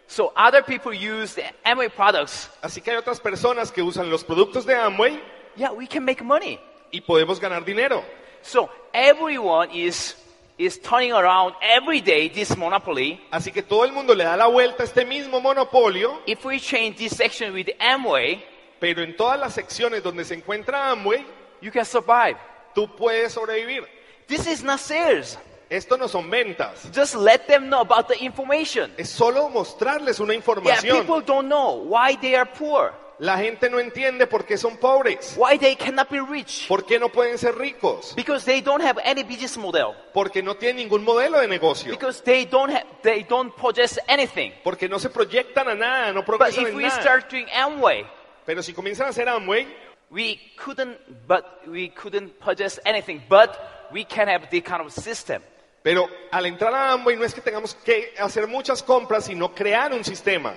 So other people use the Amway products. Así que hay otras personas que usan los productos de Amway Yeah, we can make money. y podemos ganar dinero. So everyone is is turning around every day this monopoly. Así que todo el mundo le da la vuelta a este mismo monopolio, If we change this section with Amway, pero en todas las secciones donde se encuentra Amway, you can survive. tú puedes sobrevivir. This is not sales. Esto no son ventas, Just let them know about the information. es solo mostrarles una Yeah, información. people don't know why they are poor, La gente no entiende por qué son pobres, why they cannot be rich, por qué no pueden ser ricos, because they don't have any business model, porque no tienen ningún modelo de negocio, because they don't have, they don't possess anything. porque no se proyectan a nada, no But progresan if en we nada. start doing Amway, Pero si comienzan a hacer Amway, we couldn't, but we couldn't possess anything. But we can have the kind of system. pero al entrar a Amway no es que tengamos que hacer muchas compras, sino crear un sistema.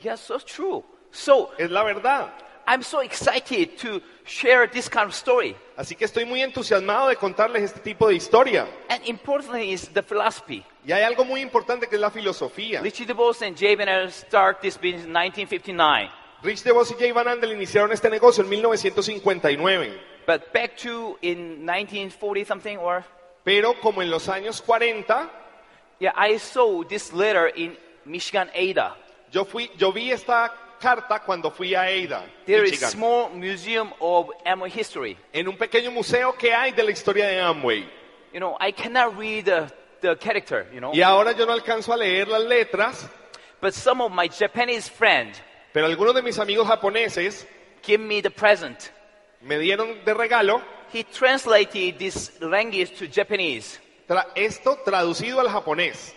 Yeah, so true. So Es la verdad. I'm so excited to share this kind of story. Así que estoy muy entusiasmado de contarles este tipo de historia. And importantly is the philosophy. Y hay algo muy importante que es la filosofía. Richie DeVos and Jay Benner start this business in 1959. Rich DeVos y Jay Van Andel iniciaron este negocio en 1959. But back to in 1940 something or Pero como en los años 40, yeah, I saw this letter in Michigan Ada. yo, fui, yo vi esta carta cuando fui a Ada, There is Michigan, small museum of Amway history. en un pequeño museo que hay de la historia de Amway. You know, I cannot read the, the character, you know. Y ahora yo no alcanzo a leer las letras, But some of my Japanese friends pero algunos de mis amigos japoneses give me the present. me dieron de regalo He translated this language to Japanese, tra- esto traducido al japonés,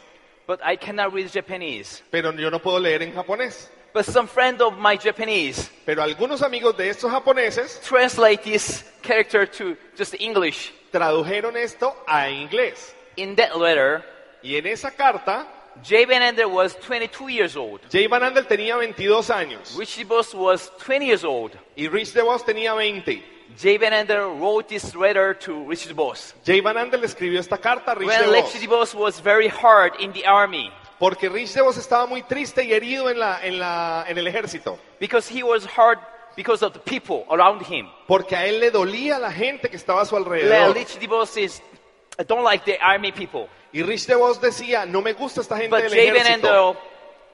but I cannot read Japanese. pero yo no puedo leer en japonés. But some friend of my Japanese Pero algunos amigos de estos japoneses translate this character to just English. tradujeron esto a inglés. In that letter, Y en esa carta Jay Van Ander was 22 years old. Jay Van Andel tenía 22 años Richie Boss was 20 years old. y Rich DeVos tenía 20. Jay Van Ander wrote this letter to Richie Boss. Jay Van Andel escribió esta carta a Rich When DeVos Richie Boss was very hard in the army porque Rich DeVos estaba muy triste y herido en, la, en, la, en el ejército. because he was hard because of the people around him. Porque a él le dolía la gente que estaba a su Well, alrededor. Richie Boss is I don't like the army people. Y Rich DeVos decía, no me gusta esta gente But del Jay Van ejército. Andel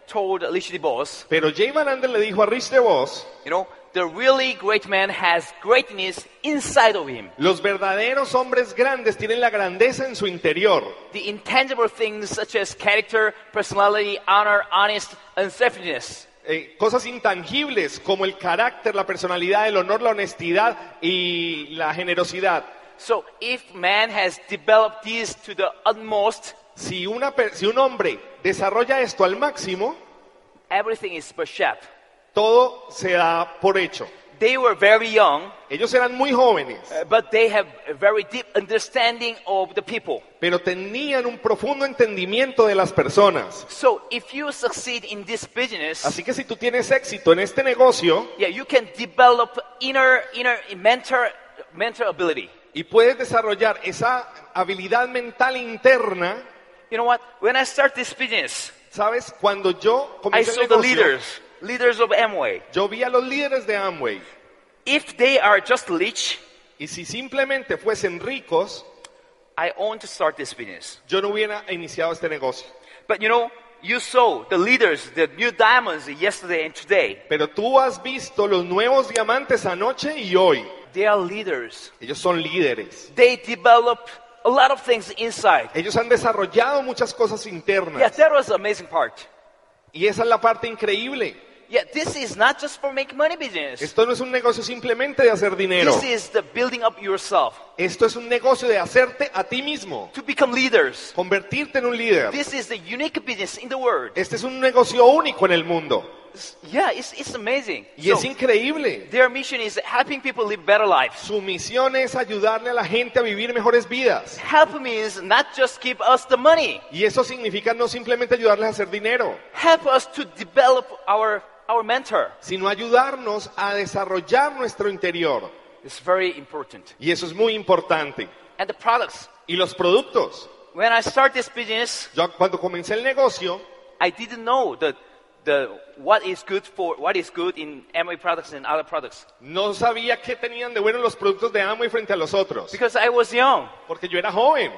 told Richie Boss, Pero Jay Van Andel le dijo a Rich DeVos, you know, the really great man has greatness inside of him. los verdaderos hombres grandes tienen la grandeza en su interior. The intangible things such as character, personality, honor, honest, and selflessness. Eh, cosas intangibles como el carácter, la personalidad, el honor, la honestidad y la generosidad. So if man has developed these to the utmost, Si, una per- si un hombre desarrolla esto al máximo, everything is per sharp. todo se da por hecho. They were very young, Ellos eran muy jóvenes, uh, but they have a very deep understanding of the people. pero tenían un profundo entendimiento de las personas. So if you succeed in this business, Así que si tú tienes éxito en este negocio yeah, you can develop inner inner mentor mentor ability. y puedes desarrollar esa habilidad mental interna, You know what? When I start this business, ¿sabes? Cuando yo I comencé saw el the negocio, leaders, leaders of Amway. yo vi a los líderes de Amway If they are just rich, y si simplemente fuesen ricos, I want to start this business. yo no hubiera iniciado este negocio. But you know, you saw the leaders, the new diamonds yesterday and today. Pero tú has visto los nuevos diamantes anoche y hoy. They are leaders. Ellos son líderes. They develop a lot of things inside. Ellos han desarrollado muchas cosas internas. Yeah, that was the amazing part. Y esa es la parte increíble. Yeah, this is not just for make money business. Esto no es un negocio simplemente de hacer dinero. This is the building up yourself Esto es un negocio de hacerte a ti mismo. to become leaders. Convertirte en un líder. This is the unique business in the world. Este es un negocio único en el mundo. Yeah, it's, it's amazing. Y es So, increíble. their mission is helping people live better lives. Su misión es ayudarle a la gente a vivir mejores vidas. Help means not just give us the money. Y eso significa no simplemente ayudarles a hacer dinero, Help us to develop our our mentor. sino ayudarnos a desarrollar nuestro interior. It's very important. Y eso es muy importante. And the products. Y los productos. When I start this business, Yo cuando comencé el negocio, I didn't know the, the what is good for what is good in Amway products and other products no sabía qué tenían de bueno los productos de Amway frente a los otros. because I was young. Porque yo era joven.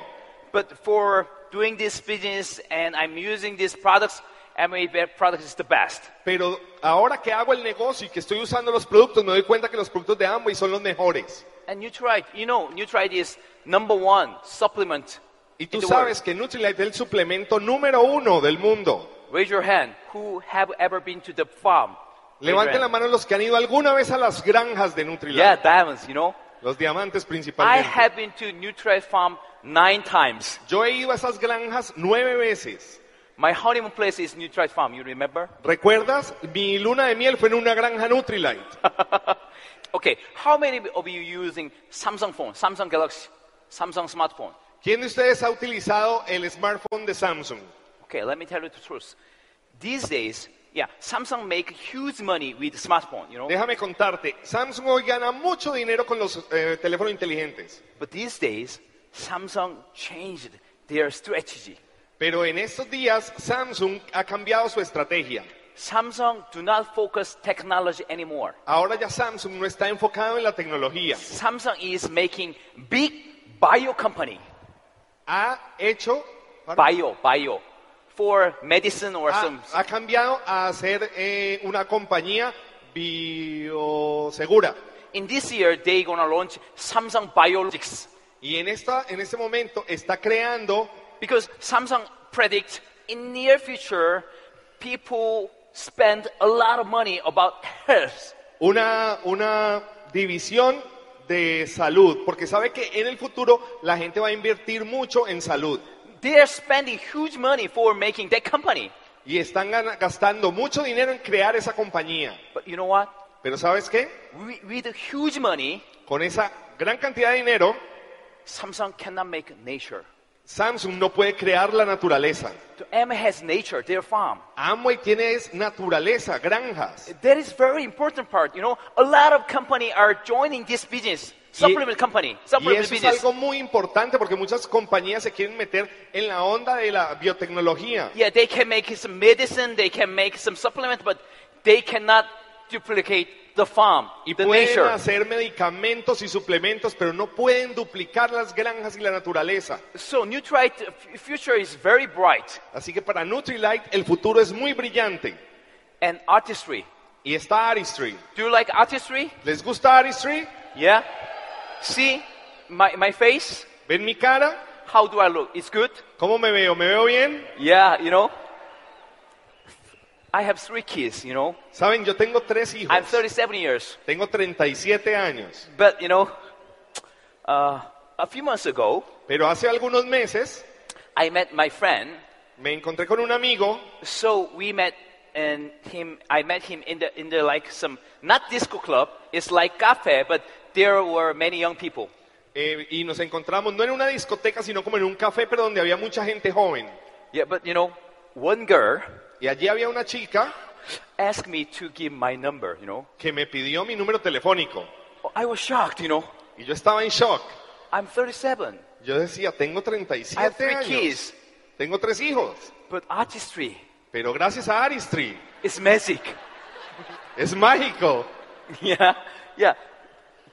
But for doing this business and I'm using these products, Amway be- products is the best. Pero ahora que hago el negocio y que estoy usando los productos, me doy cuenta que los productos de Amway son los mejores. And Nutrite, you know, Nutrite is number one supplement. Y in tú the E sabes que Nutrilite es el suplemento número uno del mundo. world. Raise your hand. Who have ever been to the farm? Raise your Levanten la hand. mano los que han ido alguna vez a las granjas de Nutrilite, Yeah, diamonds. You know, los diamantes I principalmente. have been to Nutrite farm nine times. Yo he ido a esas granjas nueve veces. My honeymoon place is Nutrite farm. You remember? ¿Recuerdas? Mi luna de miel fue en una granja Nutrilite. okay, how many of you using Samsung phone, Samsung Galaxy, Samsung smartphone? ¿Quién de ustedes ha utilizado el smartphone de Samsung? Okay, let me tell you the truth. These days, yeah, Samsung make huge money with smartphone, you know. Déjame contarte, Samsung hoy gana mucho dinero con los eh, teléfonos inteligentes. But these days, Samsung changed their strategy. Pero en estos días Samsung ha cambiado su estrategia. Samsung do not focus technology anymore. Ahora ya Samsung no está enfocado en la tecnología. Samsung is making big bio company, Ha hecho, bio, bio, for medicine or ha, some. ha cambiado a ser eh, una compañía biosegura. In this year, they gonna launch Samsung Biologics. Y en, esta, en este momento está creando, Because Samsung predict in near future, people spend a lot of money about health. una, una división de salud, porque sabe que en el futuro la gente va a invertir mucho en salud They are spending huge money for making that company. y están gana- gastando mucho dinero en crear esa compañía. But you know what? Pero ¿sabes qué? Wi- With the huge money, Con esa gran cantidad de dinero, Samsung cannot make nature. Samsung no puede crear la naturaleza. To Emma has nature, their farm. Amway tiene es naturaleza, granjas. That is very important part. You know, a lot of company are joining this business, supplement company, Y supplement eso es business. algo muy importante porque muchas compañías se quieren meter en la onda de la biotecnología. Yeah, they can make some medicine, they can make some supplement, but they cannot duplicate the farm, Y the pueden nature. hacer medicamentos y suplementos, pero no pueden duplicar las granjas y la naturaleza. So Nutrite uh, f- future is very bright, Así que para Nutrilite el futuro es muy brillante. and artistry. Y está Artistry. Do you like artistry? ¿Les gusta Artistry? Yeah. See my, my face. ¿Ven mi cara? How do I look? It's good. ¿Cómo me veo? ¿Me veo bien? Yeah, you know. I have three kids. You know, Saben, yo tengo tres hijos. I'm 37 years. Tengo 37 años. But you know, uh, a few months ago, Pero hace algunos meses I met my friend. me encontré con un amigo. So we met, and him. I met him in the in the like some not disco club. It's like cafe, but there were many young people. eh, y nos encontramos no en una discoteca, sino como en un café, pero donde había mucha gente joven. Yeah, but you know, one girl Y allí había una chica asked me to give my number. You know, que me pidió mi número telefónico. I was shocked. You know, Y yo estaba en shock. I'm 37. Yo decía, tengo I have 37 three años. kids, Tengo tres hijos. but artistry Pero gracias a Aristry, is magic. es mágico. yeah, yeah.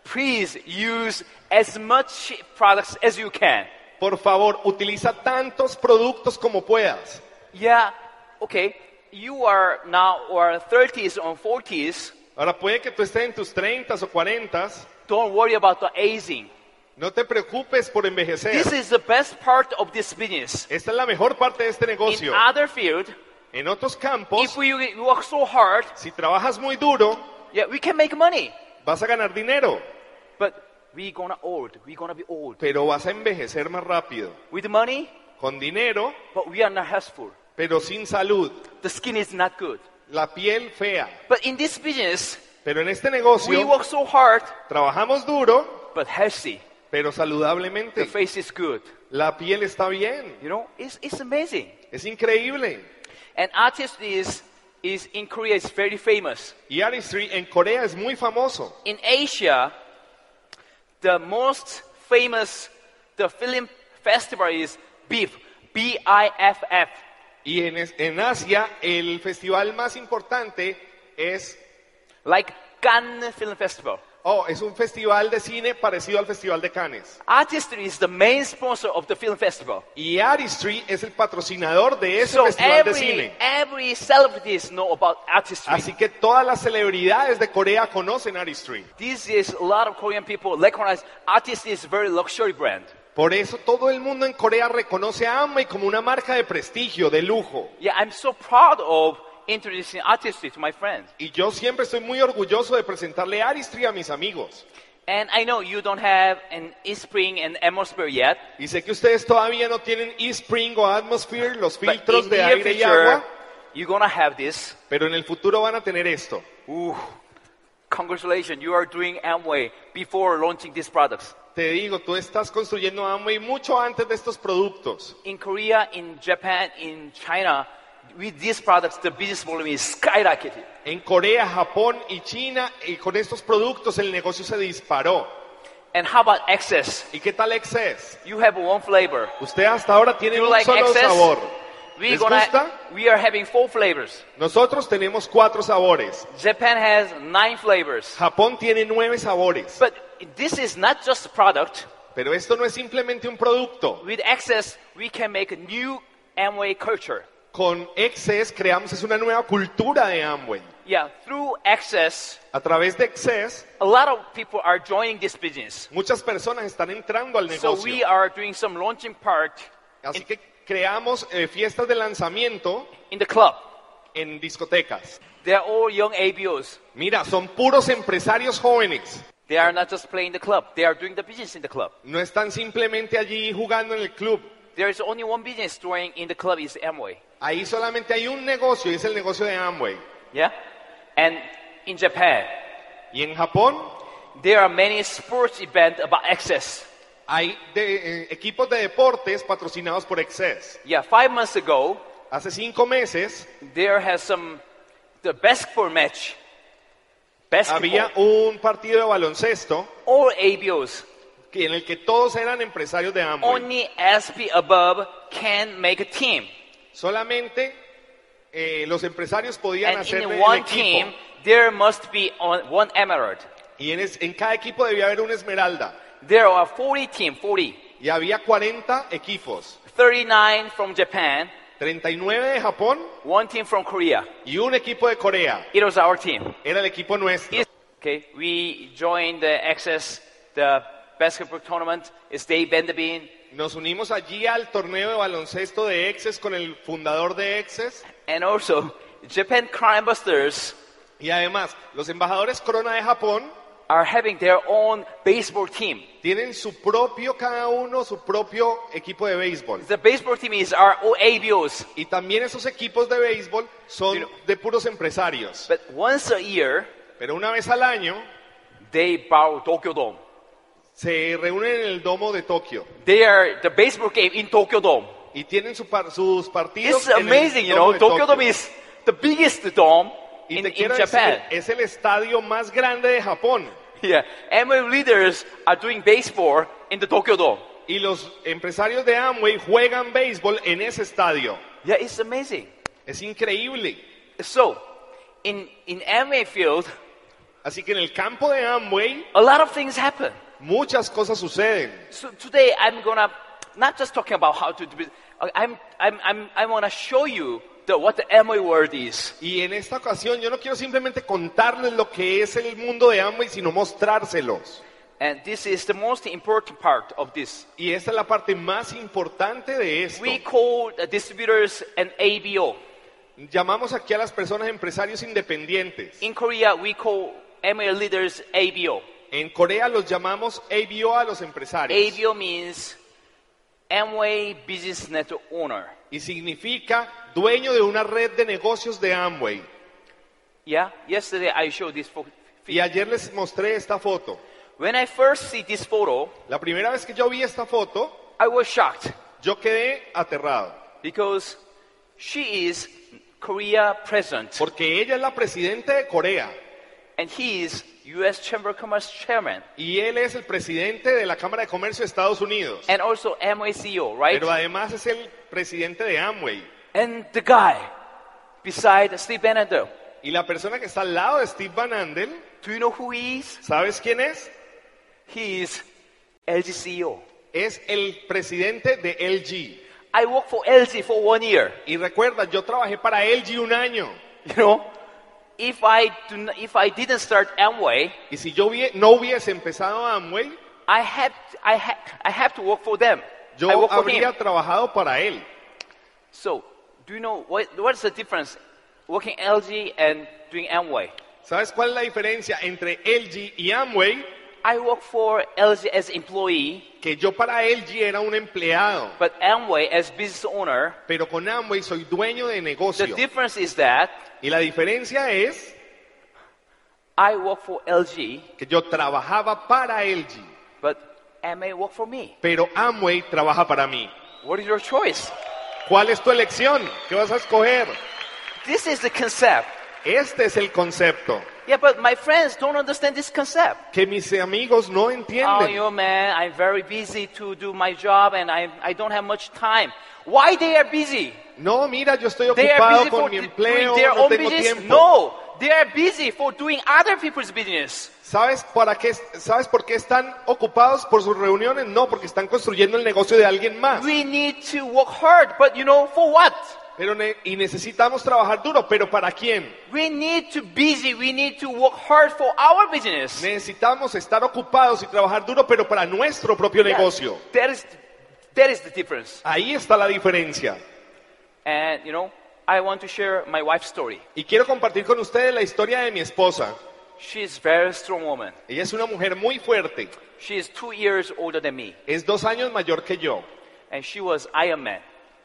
Please use as much products as you can. Por favor, utiliza tantos productos como puedas. Yeah, okay. You are now or 30s or 40s. Ahora, puede que tú estés en tus 30 o 40. Don't worry about the aging. No te preocupes por envejecer. This is the best part of this business. Esta es la mejor parte de este In negocio. other field, En otros campos, if we work so hard, si trabajas muy duro, yeah, we can make money. vas a ganar dinero, But we gonna old. We gonna be old pero vas a envejecer más rápido. with money, Con dinero, but we are not healthful. pero sin salud. The skin is not good. La piel fea. But in this business, Pero en este we negocio, work so hard, trabajamos duro, but healthy. pero The saludablemente. face is good. La piel está bien. You know, it's, it's amazing. Es increíble. And artist is is in Korea is very famous. Y Artistry en Corea es muy famoso. In Asia, the most famous the film festival is BIFF, B I F F. Y en, es- en Asia, el festival más importante es... Like Cannes Film Festival. Oh, es un festival de cine parecido al Festival de Cannes. Artistry is the main sponsor of the film festival. Y Artistry es el patrocinador de ese So festival de every cine. every celebrities know about artistry. Así que todas las celebridades de Corea conocen Artistry. This is a lot of Korean people recognize artistry is very luxury brand. Por eso todo el mundo en Corea reconoce a Amway como una marca de prestigio, de lujo. Yeah, I'm so proud of introducing artistry to my friends. Y yo siempre estoy muy orgulloso de presentarle Artistry a mis amigos. And I know you don't have an eSpring and Atmosphere yet, Y sé que ustedes todavía no tienen eSpring o Atmosphere, los but filtros in the de near aire y future, agua, you're gonna have this. pero en el futuro van a tener esto. Ooh, congratulations! You are doing Amway before launching these products Te digo, tú estás construyendo Amway mucho antes de estos productos. in Korea, in Japan, in China. With these products, the business volume is skyrocketed. En Corea, Japón y China, y con estos productos el negocio se disparó. And how about access? ¿Y qué tal Excess? You have one flavor. Usted hasta ahora tiene You un like solo Excess? sabor. We ¿Les gonna gusta? we are having four flavors. Nosotros tenemos cuatro sabores. Japan has nine flavors. Japón tiene nueve sabores. But this is not just product. Pero esto no es simplemente un producto. With access, we can make a new Amway culture. Con Excess creamos es una nueva cultura de Amway. Yeah, through access, A través de Excess, a lot of people are joining this business. muchas personas están entrando al So we negocio. are doing some launching part Así que creamos eh, fiestas de lanzamiento in the club. en discotecas. They're all young ABOs. Mira, son puros empresarios jóvenes. They are not just playing the club, they are doing the business in the club. No están simplemente allí jugando en el club. There is only one business doing in the club is Amway. Ahí solamente hay un negocio y es el negocio de Amway. Yeah? And in Japan, Y en Japón there are many sports events about access. Hay de- eh, equipos de deportes patrocinados por Excess. Yeah, five months ago, Hace cinco meses there has some the basketball match. Basketball. había un partido de baloncesto All ABOs. que- en el que todos eran empresarios de Amway. Only SP above can make a team. Solamente eh, los empresarios podían And hacer in el one team, equipo. there must be on, one emerald. Y en, es- en cada equipo debía haber una esmeralda. There are 40 teams, 40. Y había 40 equipos. 39 from Japan, 39 de Japón one team from Korea. y un equipo de Corea. It was our team. Era el equipo nuestro. Okay, we joined the access the basketball tournament. It's Dave Benderbin, Nos unimos allí al torneo de baloncesto de Exes con el fundador de Exes. and also Japan Crime Busters Y además, los embajadores Corona de Japón are having their own baseball team. tienen su propio, cada uno, su propio equipo de béisbol. The baseball team is our ABOs, Y también esos equipos de béisbol son de puros empresarios. but once a year Pero una vez al año they borrow Tokyo Dome. se reúnen en el domo de Tokio They are the baseball game in Tokyo Dome. y tienen su par- sus partidos. It's en el amazing, you know. domo de Tokyo Dome Tokio. is the biggest dome Y in, te in quiero Japan. decir, es el estadio más grande de Japón. Yeah, Amway leaders are doing baseball in the Tokyo Dome. Y los empresarios de Amway juegan béisbol en ese estadio. Yeah, it's amazing. Es increíble. So, in in Amway field, Así que en el campo de Amway a lot of things happen. muchas cosas suceden. So today I'm gonna not just talking about how to do. it. I'm I'm I'm I wanna show you the, what the Amway world is. Y en esta ocasión yo no quiero simplemente contarles lo que es el mundo de Amway, sino mostrárselos. And this is the most important part of this. Y esta es la parte más importante de esto. We call the distributors an ABO. Llamamos aquí a las personas empresarios independientes. In Korea, we call MA leaders ABO. En Corea los llamamos ABO a los empresarios. ABO means Amway Business Network Owner. Y significa dueño de una red de negocios de Amway. Yeah, yesterday I showed this photo. Y ayer les mostré esta foto. When I first see this photo, La primera vez que yo vi esta foto, I was shocked yo quedé aterrado. because she is Korea president Porque ella es la presidenta de Corea. and he is U.S. Chamber of Commerce chairman Y él es el presidente de la Cámara de Comercio de Estados Unidos. and also Amway CEO, E right? Pero además es el presidente de Amway. And the guy beside Steve Bannon, Y la persona que está al lado de Steve Van Andel, do you know who he is? ¿sabes quién es? He is LG CEO. Es el presidente de LG. I worked for LG for one year. Y recuerda, yo trabajé para LG un año. You know, if I do not, if I didn't start Amway, Y si yo hubie- no hubiese empezado Amway, I have I ha, I have to work for them. I yo work for habría him. trabajado para él. So, do you know what what's the difference working LG and doing Amway? ¿Sabes cuál es la diferencia entre LG y Amway? I work for LG as employee, Que yo para LG era un empleado, but Amway as business owner. pero con Amway soy dueño de The negocio. difference is that Y la diferencia es I work for LG, que yo trabajaba para LG, but MA work for me. pero Amway trabaja para mí. What is your choice? ¿Cuál es tu elección? ¿Qué vas a escoger? This is the concept. Este es el concepto Yeah, but my friends don't understand this concept. que mis amigos no Oh, entienden. you man, I'm very busy to do my job and I, I don't have much time. Why they are busy? No, mira, yo estoy They are ocupado busy for con mi d- doing empleo, their no own tengo business? tiempo. No, they are busy for doing other people's business. ¿Sabes, para qué, ¿Sabes por qué están ocupados por sus reuniones? No, porque están construyendo el negocio de alguien más. We need to work hard, but you know, for what? Pero ne- y necesitamos trabajar duro, pero ¿para quién? We need to busy, we need to work hard for our business. Necesitamos estar ocupados y trabajar duro, pero para nuestro propio Yeah, negocio. That is, that is the difference. Ahí está la diferencia. And you know, I want to share my wife's story. Y quiero compartir con ustedes la historia de mi esposa. She's a very strong woman. Ella es una mujer muy fuerte. She is two years older than me, Es dos años mayor que yo. and she was Iron Man.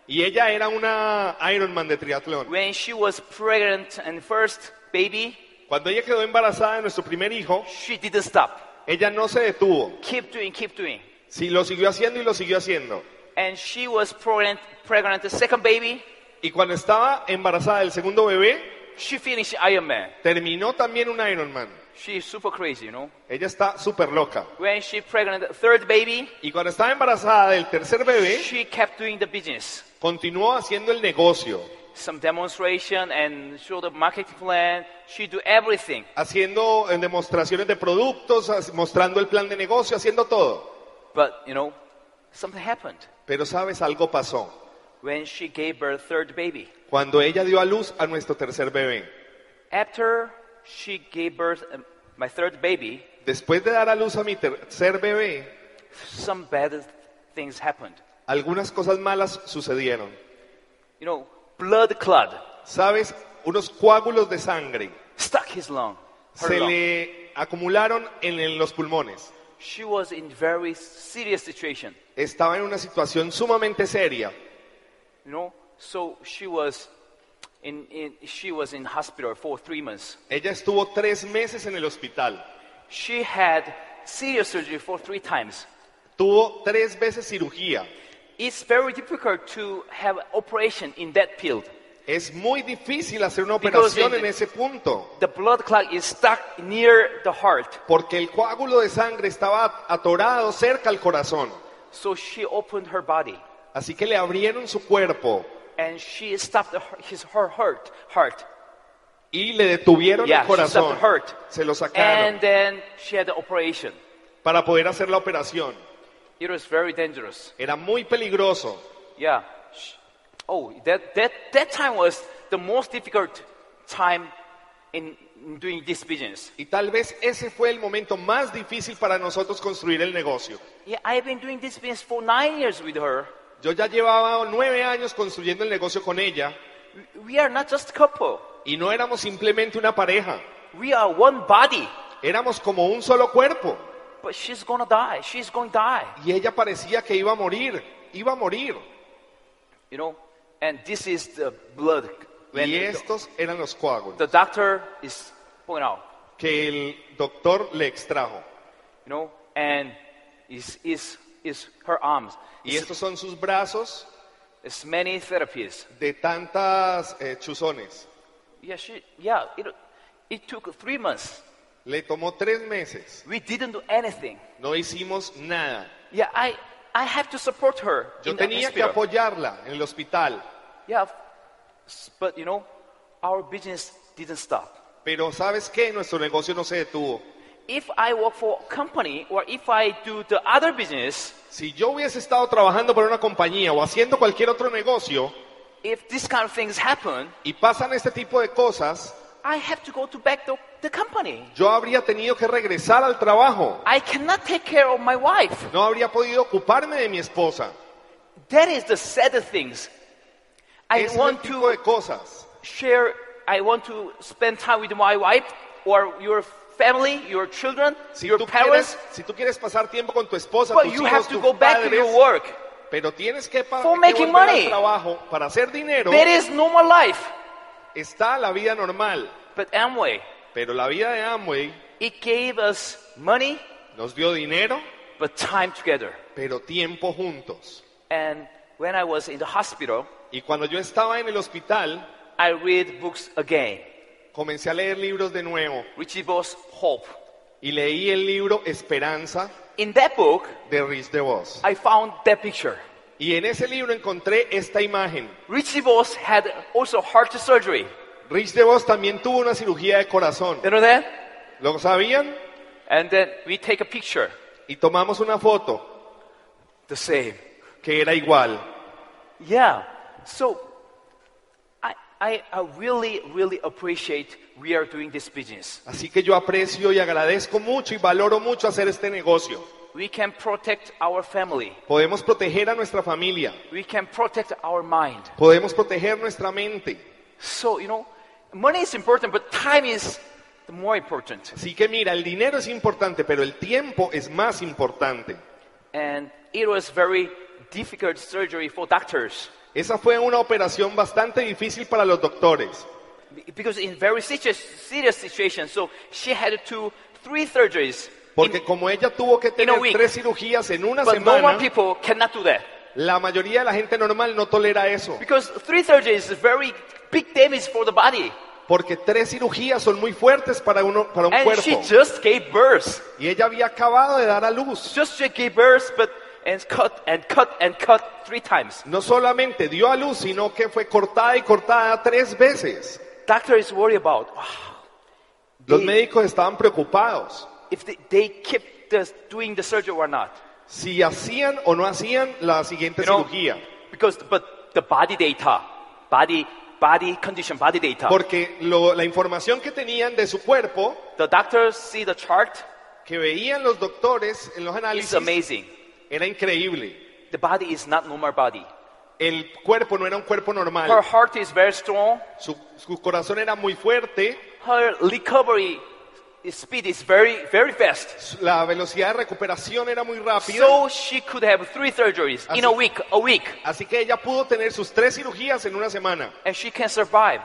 Y ella era una Ironman de triatlón. When she was pregnant and first baby, Cuando ella quedó embarazada de nuestro primer hijo, she didn't stop. ella no se detuvo. Keep doing, keep doing. Sí, lo siguió haciendo y lo siguió haciendo. And she was pregnant, pregnant the second baby. Y cuando estaba embarazada del segundo bebé, She finished Iron Man. terminó también un Ironman. She's super crazy, you know. Ella está súper loca. When she pregnant the third baby, Y cuando estaba embarazada del tercer bebé, she kept doing the business. continuó haciendo el negocio, Some demonstration and show the marketing plan. She do everything. haciendo eh, demostraciones de productos, as- mostrando el plan de negocio, haciendo todo. But, you know, something happened Pero sabes, algo pasó. when she gave birth third baby. Cuando ella dio a luz a nuestro tercer bebé, After she gave birth um, my third baby, después de dar a luz a mi tercer bebé, some bad things happened. algunas cosas malas sucedieron. You know, blood clot Sabes, unos coágulos de sangre stuck his lung. Her se lung. le acumularon en, en los pulmones. She was in very serious situation. Estaba en una situación sumamente seria. You know, so she was in, in she was in hospital for three months. Ella estuvo tres meses en el hospital. She had serious surgery for three times. Tuvo tres veces cirugía. It's very difficult to have operation in that field. Es muy difícil hacer una Because operación it- en ese punto, The blood clot is stuck near the heart, porque el coágulo de sangre estaba atorado cerca al corazón. so she opened her body Así que le abrieron su cuerpo and she stopped the, his her heart heart. y le detuvieron Yeah, el she stopped corazón. the heart. Se lo sacaron And then she had the operation. para poder hacer la operación. It was very dangerous. Era muy peligroso. Yeah. Sh- Oh, that, that, that time was the most difficult time in in doing this business. Y tal vez ese fue el momento más difícil para nosotros construir el negocio. Yeah, I've been doing this business for nine years with her. Yo ya llevaba nueve años construyendo el negocio con ella We- We are not just a couple. y no éramos simplemente una pareja, We are one body. éramos como un solo cuerpo. But she's gonna die. She's going to die. Y ella parecía que iba a morir, iba a morir. You know? And this is the blood. When Y the, estos eran los coágulos the doctor is point out, que el doctor le extrajo. you know, and is is is her arms. Y estos son sus brazos It's many therapies. de tantas eh, chuzones. Yeah, she, yeah, it, it took three months. Le tomó tres meses. We didn't do anything. No hicimos nada. Yeah, I, I have to support her. Yo in the tenía que hospital. apoyarla en el hospital. Yeah, s- but you know, our business didn't stop. Pero ¿sabes qué? Nuestro negocio no se detuvo. If I work for a company or if I do the other business, Si yo hubiese estado trabajando para una compañía o haciendo cualquier otro negocio if this kind of things happen, y pasan este tipo de cosas, I have to go to back the, the company. yo habría tenido que regresar al trabajo. I cannot take care of my wife. No habría podido ocuparme de mi esposa. That is the sad things. I Ese es el want tipo to de cosas. share, I want to spend time with my wife or your family, your children, Si your tú, parents, quieres, si tú quieres pasar tiempo con tu esposa, but tus you hijos, have to tus go back to padres, your work. pero tienes que pa- For que making volver al money. trabajo para hacer dinero. That is normal life. Está la vida normal, But Amway, pero la vida de Amway it gave us money, nos dio dinero, but time together. pero tiempo juntos. And when I was in the hospital, Y cuando yo estaba en el hospital, I read books again. Comencé a leer libros de nuevo Richie Boss Hope. y leí el libro Esperanza In that book, de Rich DeVos. I found that picture. Y en ese libro encontré esta imagen. Richie Boss had also heart surgery. Rich DeVos también tuvo una cirugía de corazón. You know that? ¿Lo sabían? And then we take a picture. Y tomamos una foto The same. que era igual. Yeah. So I, I, I really, really appreciate we are doing this business. Así que yo aprecio y agradezco mucho y valoro mucho hacer este negocio. We can protect our family. Podemos proteger a nuestra familia, We can protect our mind. podemos proteger nuestra mente. So, you know, money is important, but time is the more important. Así que mira, el dinero es importante, pero el tiempo es más importante. And it was very difficult surgery for doctors Esa fue una operación bastante difícil para los doctores. be- because in very situ- serious situation. So she had to three surgeries Porque como ella tuvo que tener a week. tres cirugías en una But normal semana, people cannot do that. la mayoría de la gente normal no tolera eso. Because three surgeries is a very big damage for the body. Porque tres cirugías son muy fuertes para, uno, para un And she cuerpo. just gave birth. Y ella había acabado de dar a luz. Just she gave birth, but and cut and cut and cut three times. No solamente dio a luz, sino que fue cortada y cortada tres veces. Doctor is worried about ah, "Wow, Los Sí. médicos estaban preocupados if they, they keep the, doing the surgery or not. si hacían o no hacían la siguiente You know, cirugía. Because but the body data, body body condition, body data. Porque lo- la información que tenían de su cuerpo, the doctors see the chart. que veían los doctores en los It's análisis, amazing. era increíble. The body is not normal body. El cuerpo no era un cuerpo Her normal. heart is very strong. Su, su corazón era muy fuerte. Her recovery speed is very very fast. su- La velocidad de recuperación era muy rápida. So she could have three surgeries in Así- a week, a week, Así que ella pudo tener sus tres cirugías en una semana and she can survive.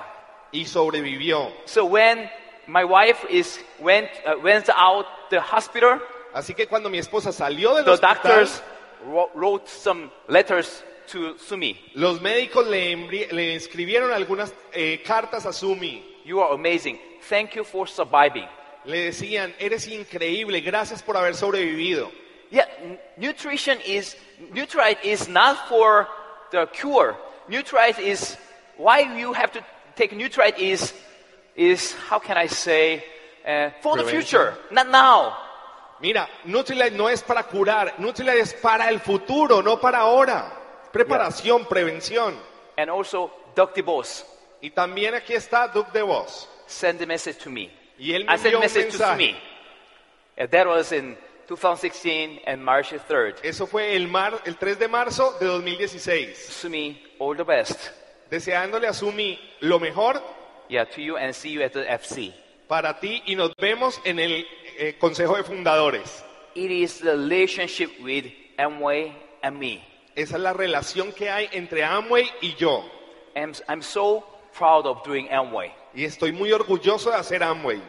y sobrevivió. So when my wife is went uh, went out the hospital, Así que cuando mi esposa salió del the hospital, doctors wro- wrote some letters to Sumi. los médicos le, embri- le escribieron algunas eh, cartas a Sumi. You are amazing. Thank you for surviving. Le decían, eres increíble, gracias por haber sobrevivido. Yeah, n- nutrition is nutrite is not for the cure. Nutrite is why you have to take nutrite is is how can I say uh, for the Prevention. future, not now. Mira, Nutrilite no es para curar, Nutrilite es para el futuro, no para ahora. Preparación, prevención. And also, Dr. Boss Y también aquí está Duke DeVos. sent a message to me. Y él me I sent envió un message to mensaje. me. And that was in 2016 and March 3rd. Eso fue el, mar- el 3 de marzo de 2016. Sumi, all the best. Deseándole a Sumi lo mejor Yeah, to you and see you at the FC. para ti y nos vemos en el eh, Consejo de Fundadores. It is the relationship with Amway and me. Esa es la relación que hay entre Amway y yo. And I'm so proud of doing Amway. Y estoy muy orgulloso de hacer Amway.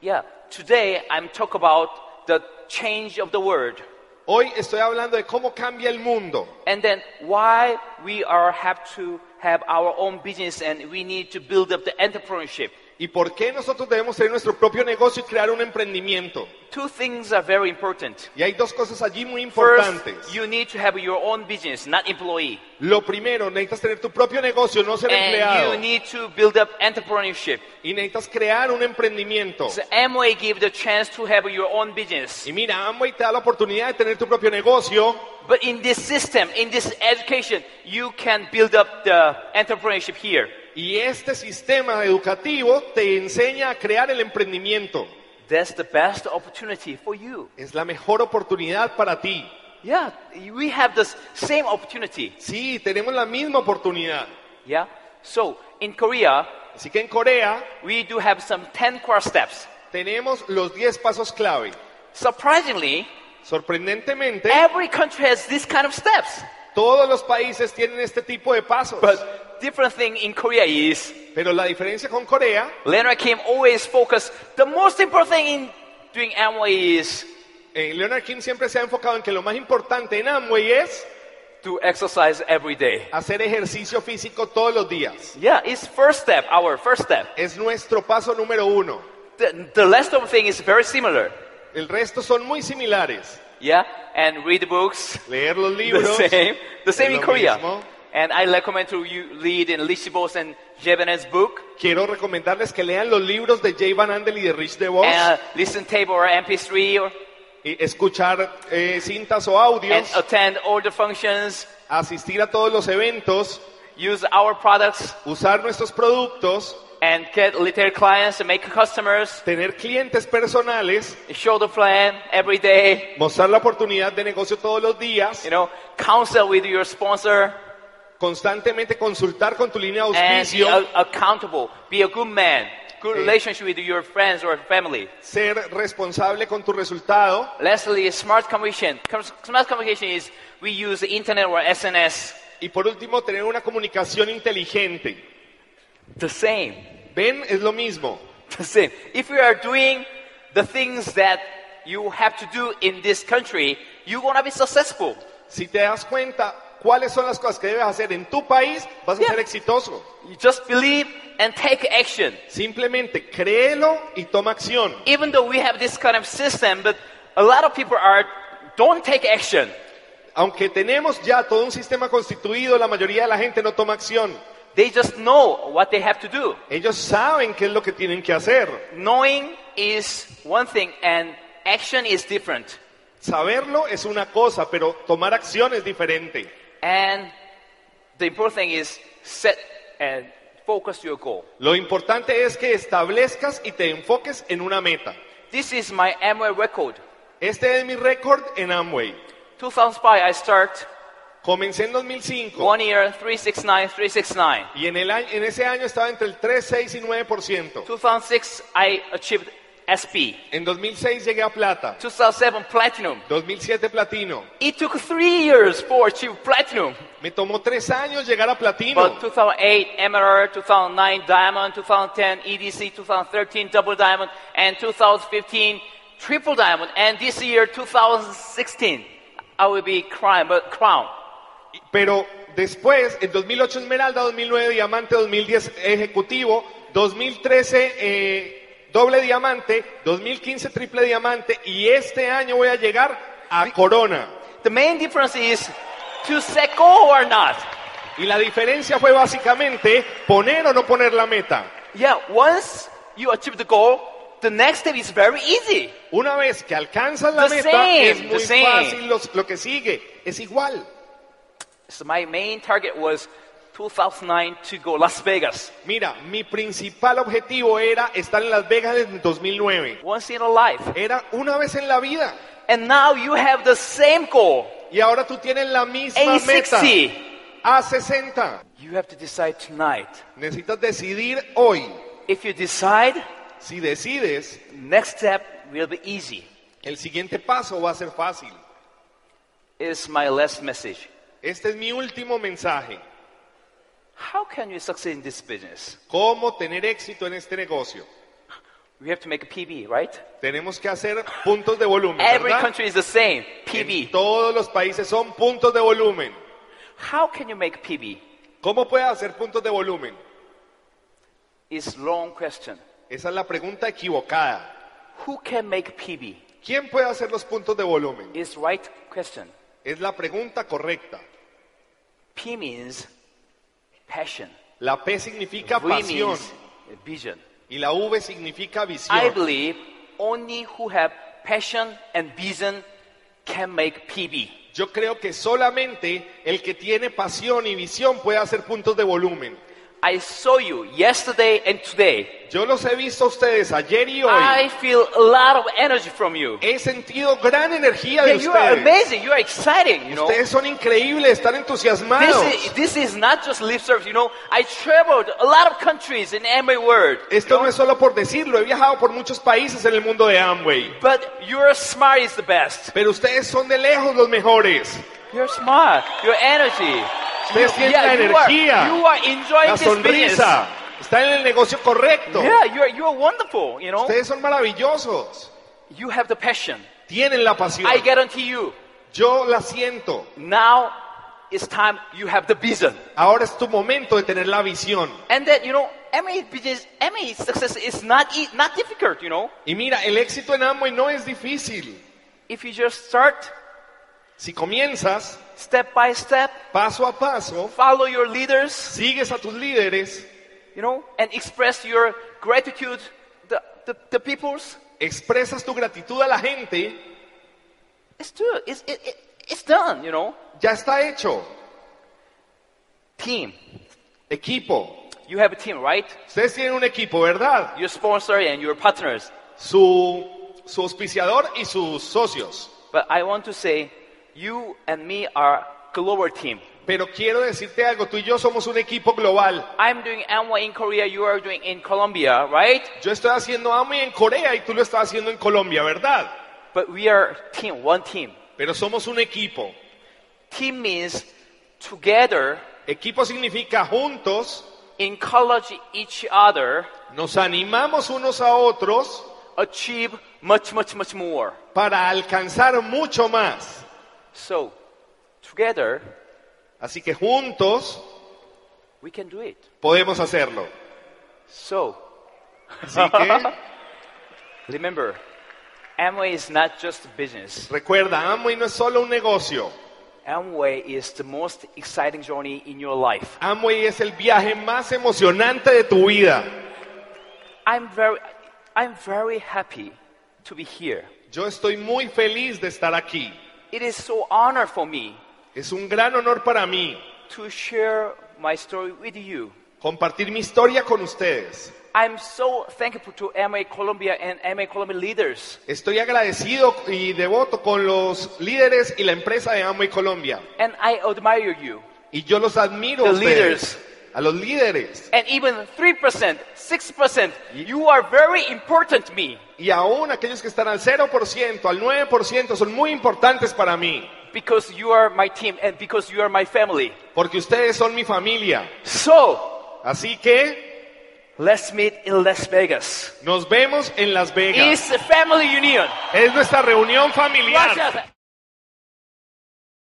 Yeah, today I'm talk about the change of the world. Hoy estoy hablando de cómo cambia el mundo And then why we are have to have our own business and we need to build up the entrepreneurship. y por qué nosotros debemos tener nuestro propio negocio y crear un emprendimiento. Two things are very important. Y hay dos cosas allí muy First, importantes. you need to have your own business, not employee. Lo primero, necesitas tener tu propio negocio, no ser And empleado. you need to build up entrepreneurship. Y necesitas crear un emprendimiento. So Amway give the chance to have your own business. Y mira, Amway te da la oportunidad de tener tu propio negocio, But in this system, in this education, you can build up the entrepreneurship here. Y este sistema educativo te enseña a crear el emprendimiento. That's the best opportunity for you. Es la mejor oportunidad para ti. Yeah, we have the same opportunity. Sí, tenemos la misma oportunidad. Yeah. So in Korea, Así que en Corea we do have some 10 core steps. tenemos los 10 pasos clave. Surprisingly, Sorprendentemente, every country has this kind of steps. todos los países tienen este tipo de pasos. But different thing in Korea is Pero la diferencia con Corea, Leonard Kim always focus. The most important thing in doing Amway is eh, Leonard King siempre se ha enfocado en que lo más importante en Amway es to exercise every day. hacer ejercicio físico todos los días. Yeah, it's first step. Our first step. Es nuestro paso número uno. The, the rest of thing is very similar. El resto son muy similares. Yeah, and read books. Leer los libros. The same. The same in lo Korea. mismo. And I recommend to you read in Lishibo's and Jebanen's book. Quiero recomendarles que lean los libros de Jay Van Andel y de Rich DeVos and listen tape or MP3 or, y escuchar eh, cintas o audios, and attend all the functions, asistir a todos los eventos, use our products usar nuestros productos, and get little clients and make customers, tener clientes personales, show the plan every day, mostrar la oportunidad de negocio todos los días, you know, counsel with your sponsor constantemente consultar con tu línea and de be auspicio, a- accountable, be a good man, good Eh. relationship with your friends or family. ser responsable con tu resultado Lastly, is smart communication. Com- Smart communication is we use the internet or SNS y por último tener una comunicación inteligente. the same, Ven, es lo mismo. the same. If we are doing the things that you have to do in this country, you're going to be successful. Si te das cuenta cuáles son las cosas que debes hacer en tu país, vas a Yeah. ser exitoso. You just believe and take action. Simplemente créelo y toma acción. Even though we have this kind of system, but a lot of people are don't take action. Aunque tenemos ya todo un sistema constituido, la mayoría de la gente no toma acción. They just know what they have to do. Ellos saben qué es lo que tienen que hacer. Knowing is one thing and action is different. Saberlo es una cosa, pero tomar acción es diferente. And the important thing is set and focus your goal. Lo importante es que establezcas y te enfoques en una meta. This is my Amway record. Este es mi récord en Amway. 2005, I start Comencé en 2005 one year 369, 369. y en, el año- en ese año estaba entre el 3, 6 y 9%. 2006, I achieved SP. En 2006 llegué a plata, 2007, platinum. 2007 platino. It took three years for achieve platinum. Me tomó tres años llegar a platino. But 2008, emerald, 2009, diamond, 2010, EDC, 2013, double diamond, and 2015, triple diamond. And this year, 2016, I will be crowned. But crown. Pero después, en 2008 esmeralda, 2009 diamante, 2010 ejecutivo, 2013 eh, doble diamante, 2015 triple diamante y este año voy a llegar a corona. The main difference is to set goal or not. Y la diferencia fue básicamente poner o no poner la meta. Yeah, once you achieve the goal, the next step is very easy. Una vez que alcanzas la The meta, same, es muy the same. fácil los- lo que sigue. Es igual. So my main target was 2009 to go Las Vegas. Mira, mi principal objetivo era estar en Las Vegas en 2009. Once in a life. Era una vez en la vida. And now you have the same goal. Y ahora tú tienes la misma meta. A60. A60. You have to decide tonight. Necesitas decidir hoy. If you decide, Si decides, next step will be easy. el siguiente paso va a ser fácil. Is my last message. Este es mi último mensaje. How can you succeed in this business? ¿Cómo tener éxito en este negocio? We have to make a PB, right? Tenemos que hacer puntos de volumen. Every ¿verdad? country is the same. En PB. todos los países son puntos de volumen. How can you make PB? ¿Cómo puedes hacer puntos de volumen? Is long question. Esa es la pregunta equivocada. Who can make PB? ¿Quién puede hacer los puntos de volumen? Is right question. Es la pregunta correcta. P means passion. La P significa V pasión means vision. y la V significa I visión. believe only who have passion and vision can make PB. Yo creo que solamente el que tiene pasión y visión puede hacer puntos de volumen. I saw you yesterday and today. Yo los he visto a ustedes ayer y I hoy. feel a lot of energy from you. He sentido gran energía Yeah, de you are ustedes. amazing. You are exciting. You know, Ustedes son increíbles, están entusiasmados. this is, this is not just lip service. You know, I traveled a lot of countries in every world. Esto no es solo por decirlo, he viajado por muchos países en el mundo de Amway. But your smart is the best. Pero ustedes son de lejos los mejores. You're smart. Your energy. Ustedes tienen la you are, you energía, are enjoying la this business. sonrisa. Están en el negocio correcto. Yeah, you are, you are wonderful. You know, Ustedes son maravillosos. you have the passion. Tienen la pasión. I guarantee you. Yo la siento. Now it's time you have the vision. Ahora es tu momento de tener la visión. And that you know, MA business, MA success is not e- not difficult. You know, Y mira, el éxito en Amway no es difícil. if you just start Si comienzas step by step, paso a paso, follow your leaders. sigues a tus líderes, You know, and express your gratitude the the, the peoples. expresas tu gratitud a la gente, It's do It's it, it, it's done. You know, ya está hecho. team. Equipo. You have a team, right? Ustedes tienen un equipo, ¿verdad? Your sponsor and your partners. Su, su auspiciador y sus socios. But I want to say, you and me are global team. Pero quiero decirte algo, tú y yo somos un equipo global. I'm doing MY in Korea. You are doing in Colombia, right? Yo estoy haciendo Amway en Corea y tú lo estás haciendo en Colombia, ¿verdad? But we are team, one team. Pero somos un equipo. Team means together, Equipo significa juntos, encourage each other, nos animamos unos a otros, achieve much, much, much more. para alcanzar mucho más. So, together, Así que juntos we can do it. podemos hacerlo. So, Así que remember, Amway is not just business. recuerda, Amway no es solo un negocio. Amway is the most exciting journey in your life. Amway es el viaje más emocionante de tu vida. I'm very, I'm very happy to be here. Yo estoy muy feliz de estar aquí. It is so honor for me Es un gran honor para mí to share my story with you. compartir mi historia con ustedes. I'm so thankful to MA Colombia and MA Colombia leaders Estoy agradecido y devoto con los líderes y la empresa de Amway Colombia. and I admire you. Y yo los admiro a The ustedes, leaders. a los líderes. And even 3%, 6%, you are very important to me Y aún aquellos que están al 0%, al 9%, son muy importantes para mí. because you are my team and because you are my family. Porque ustedes son mi familia. So, Así que let's meet in Las Vegas. nos vemos en Las Vegas. It's a family union. Es nuestra reunión familiar. Russia.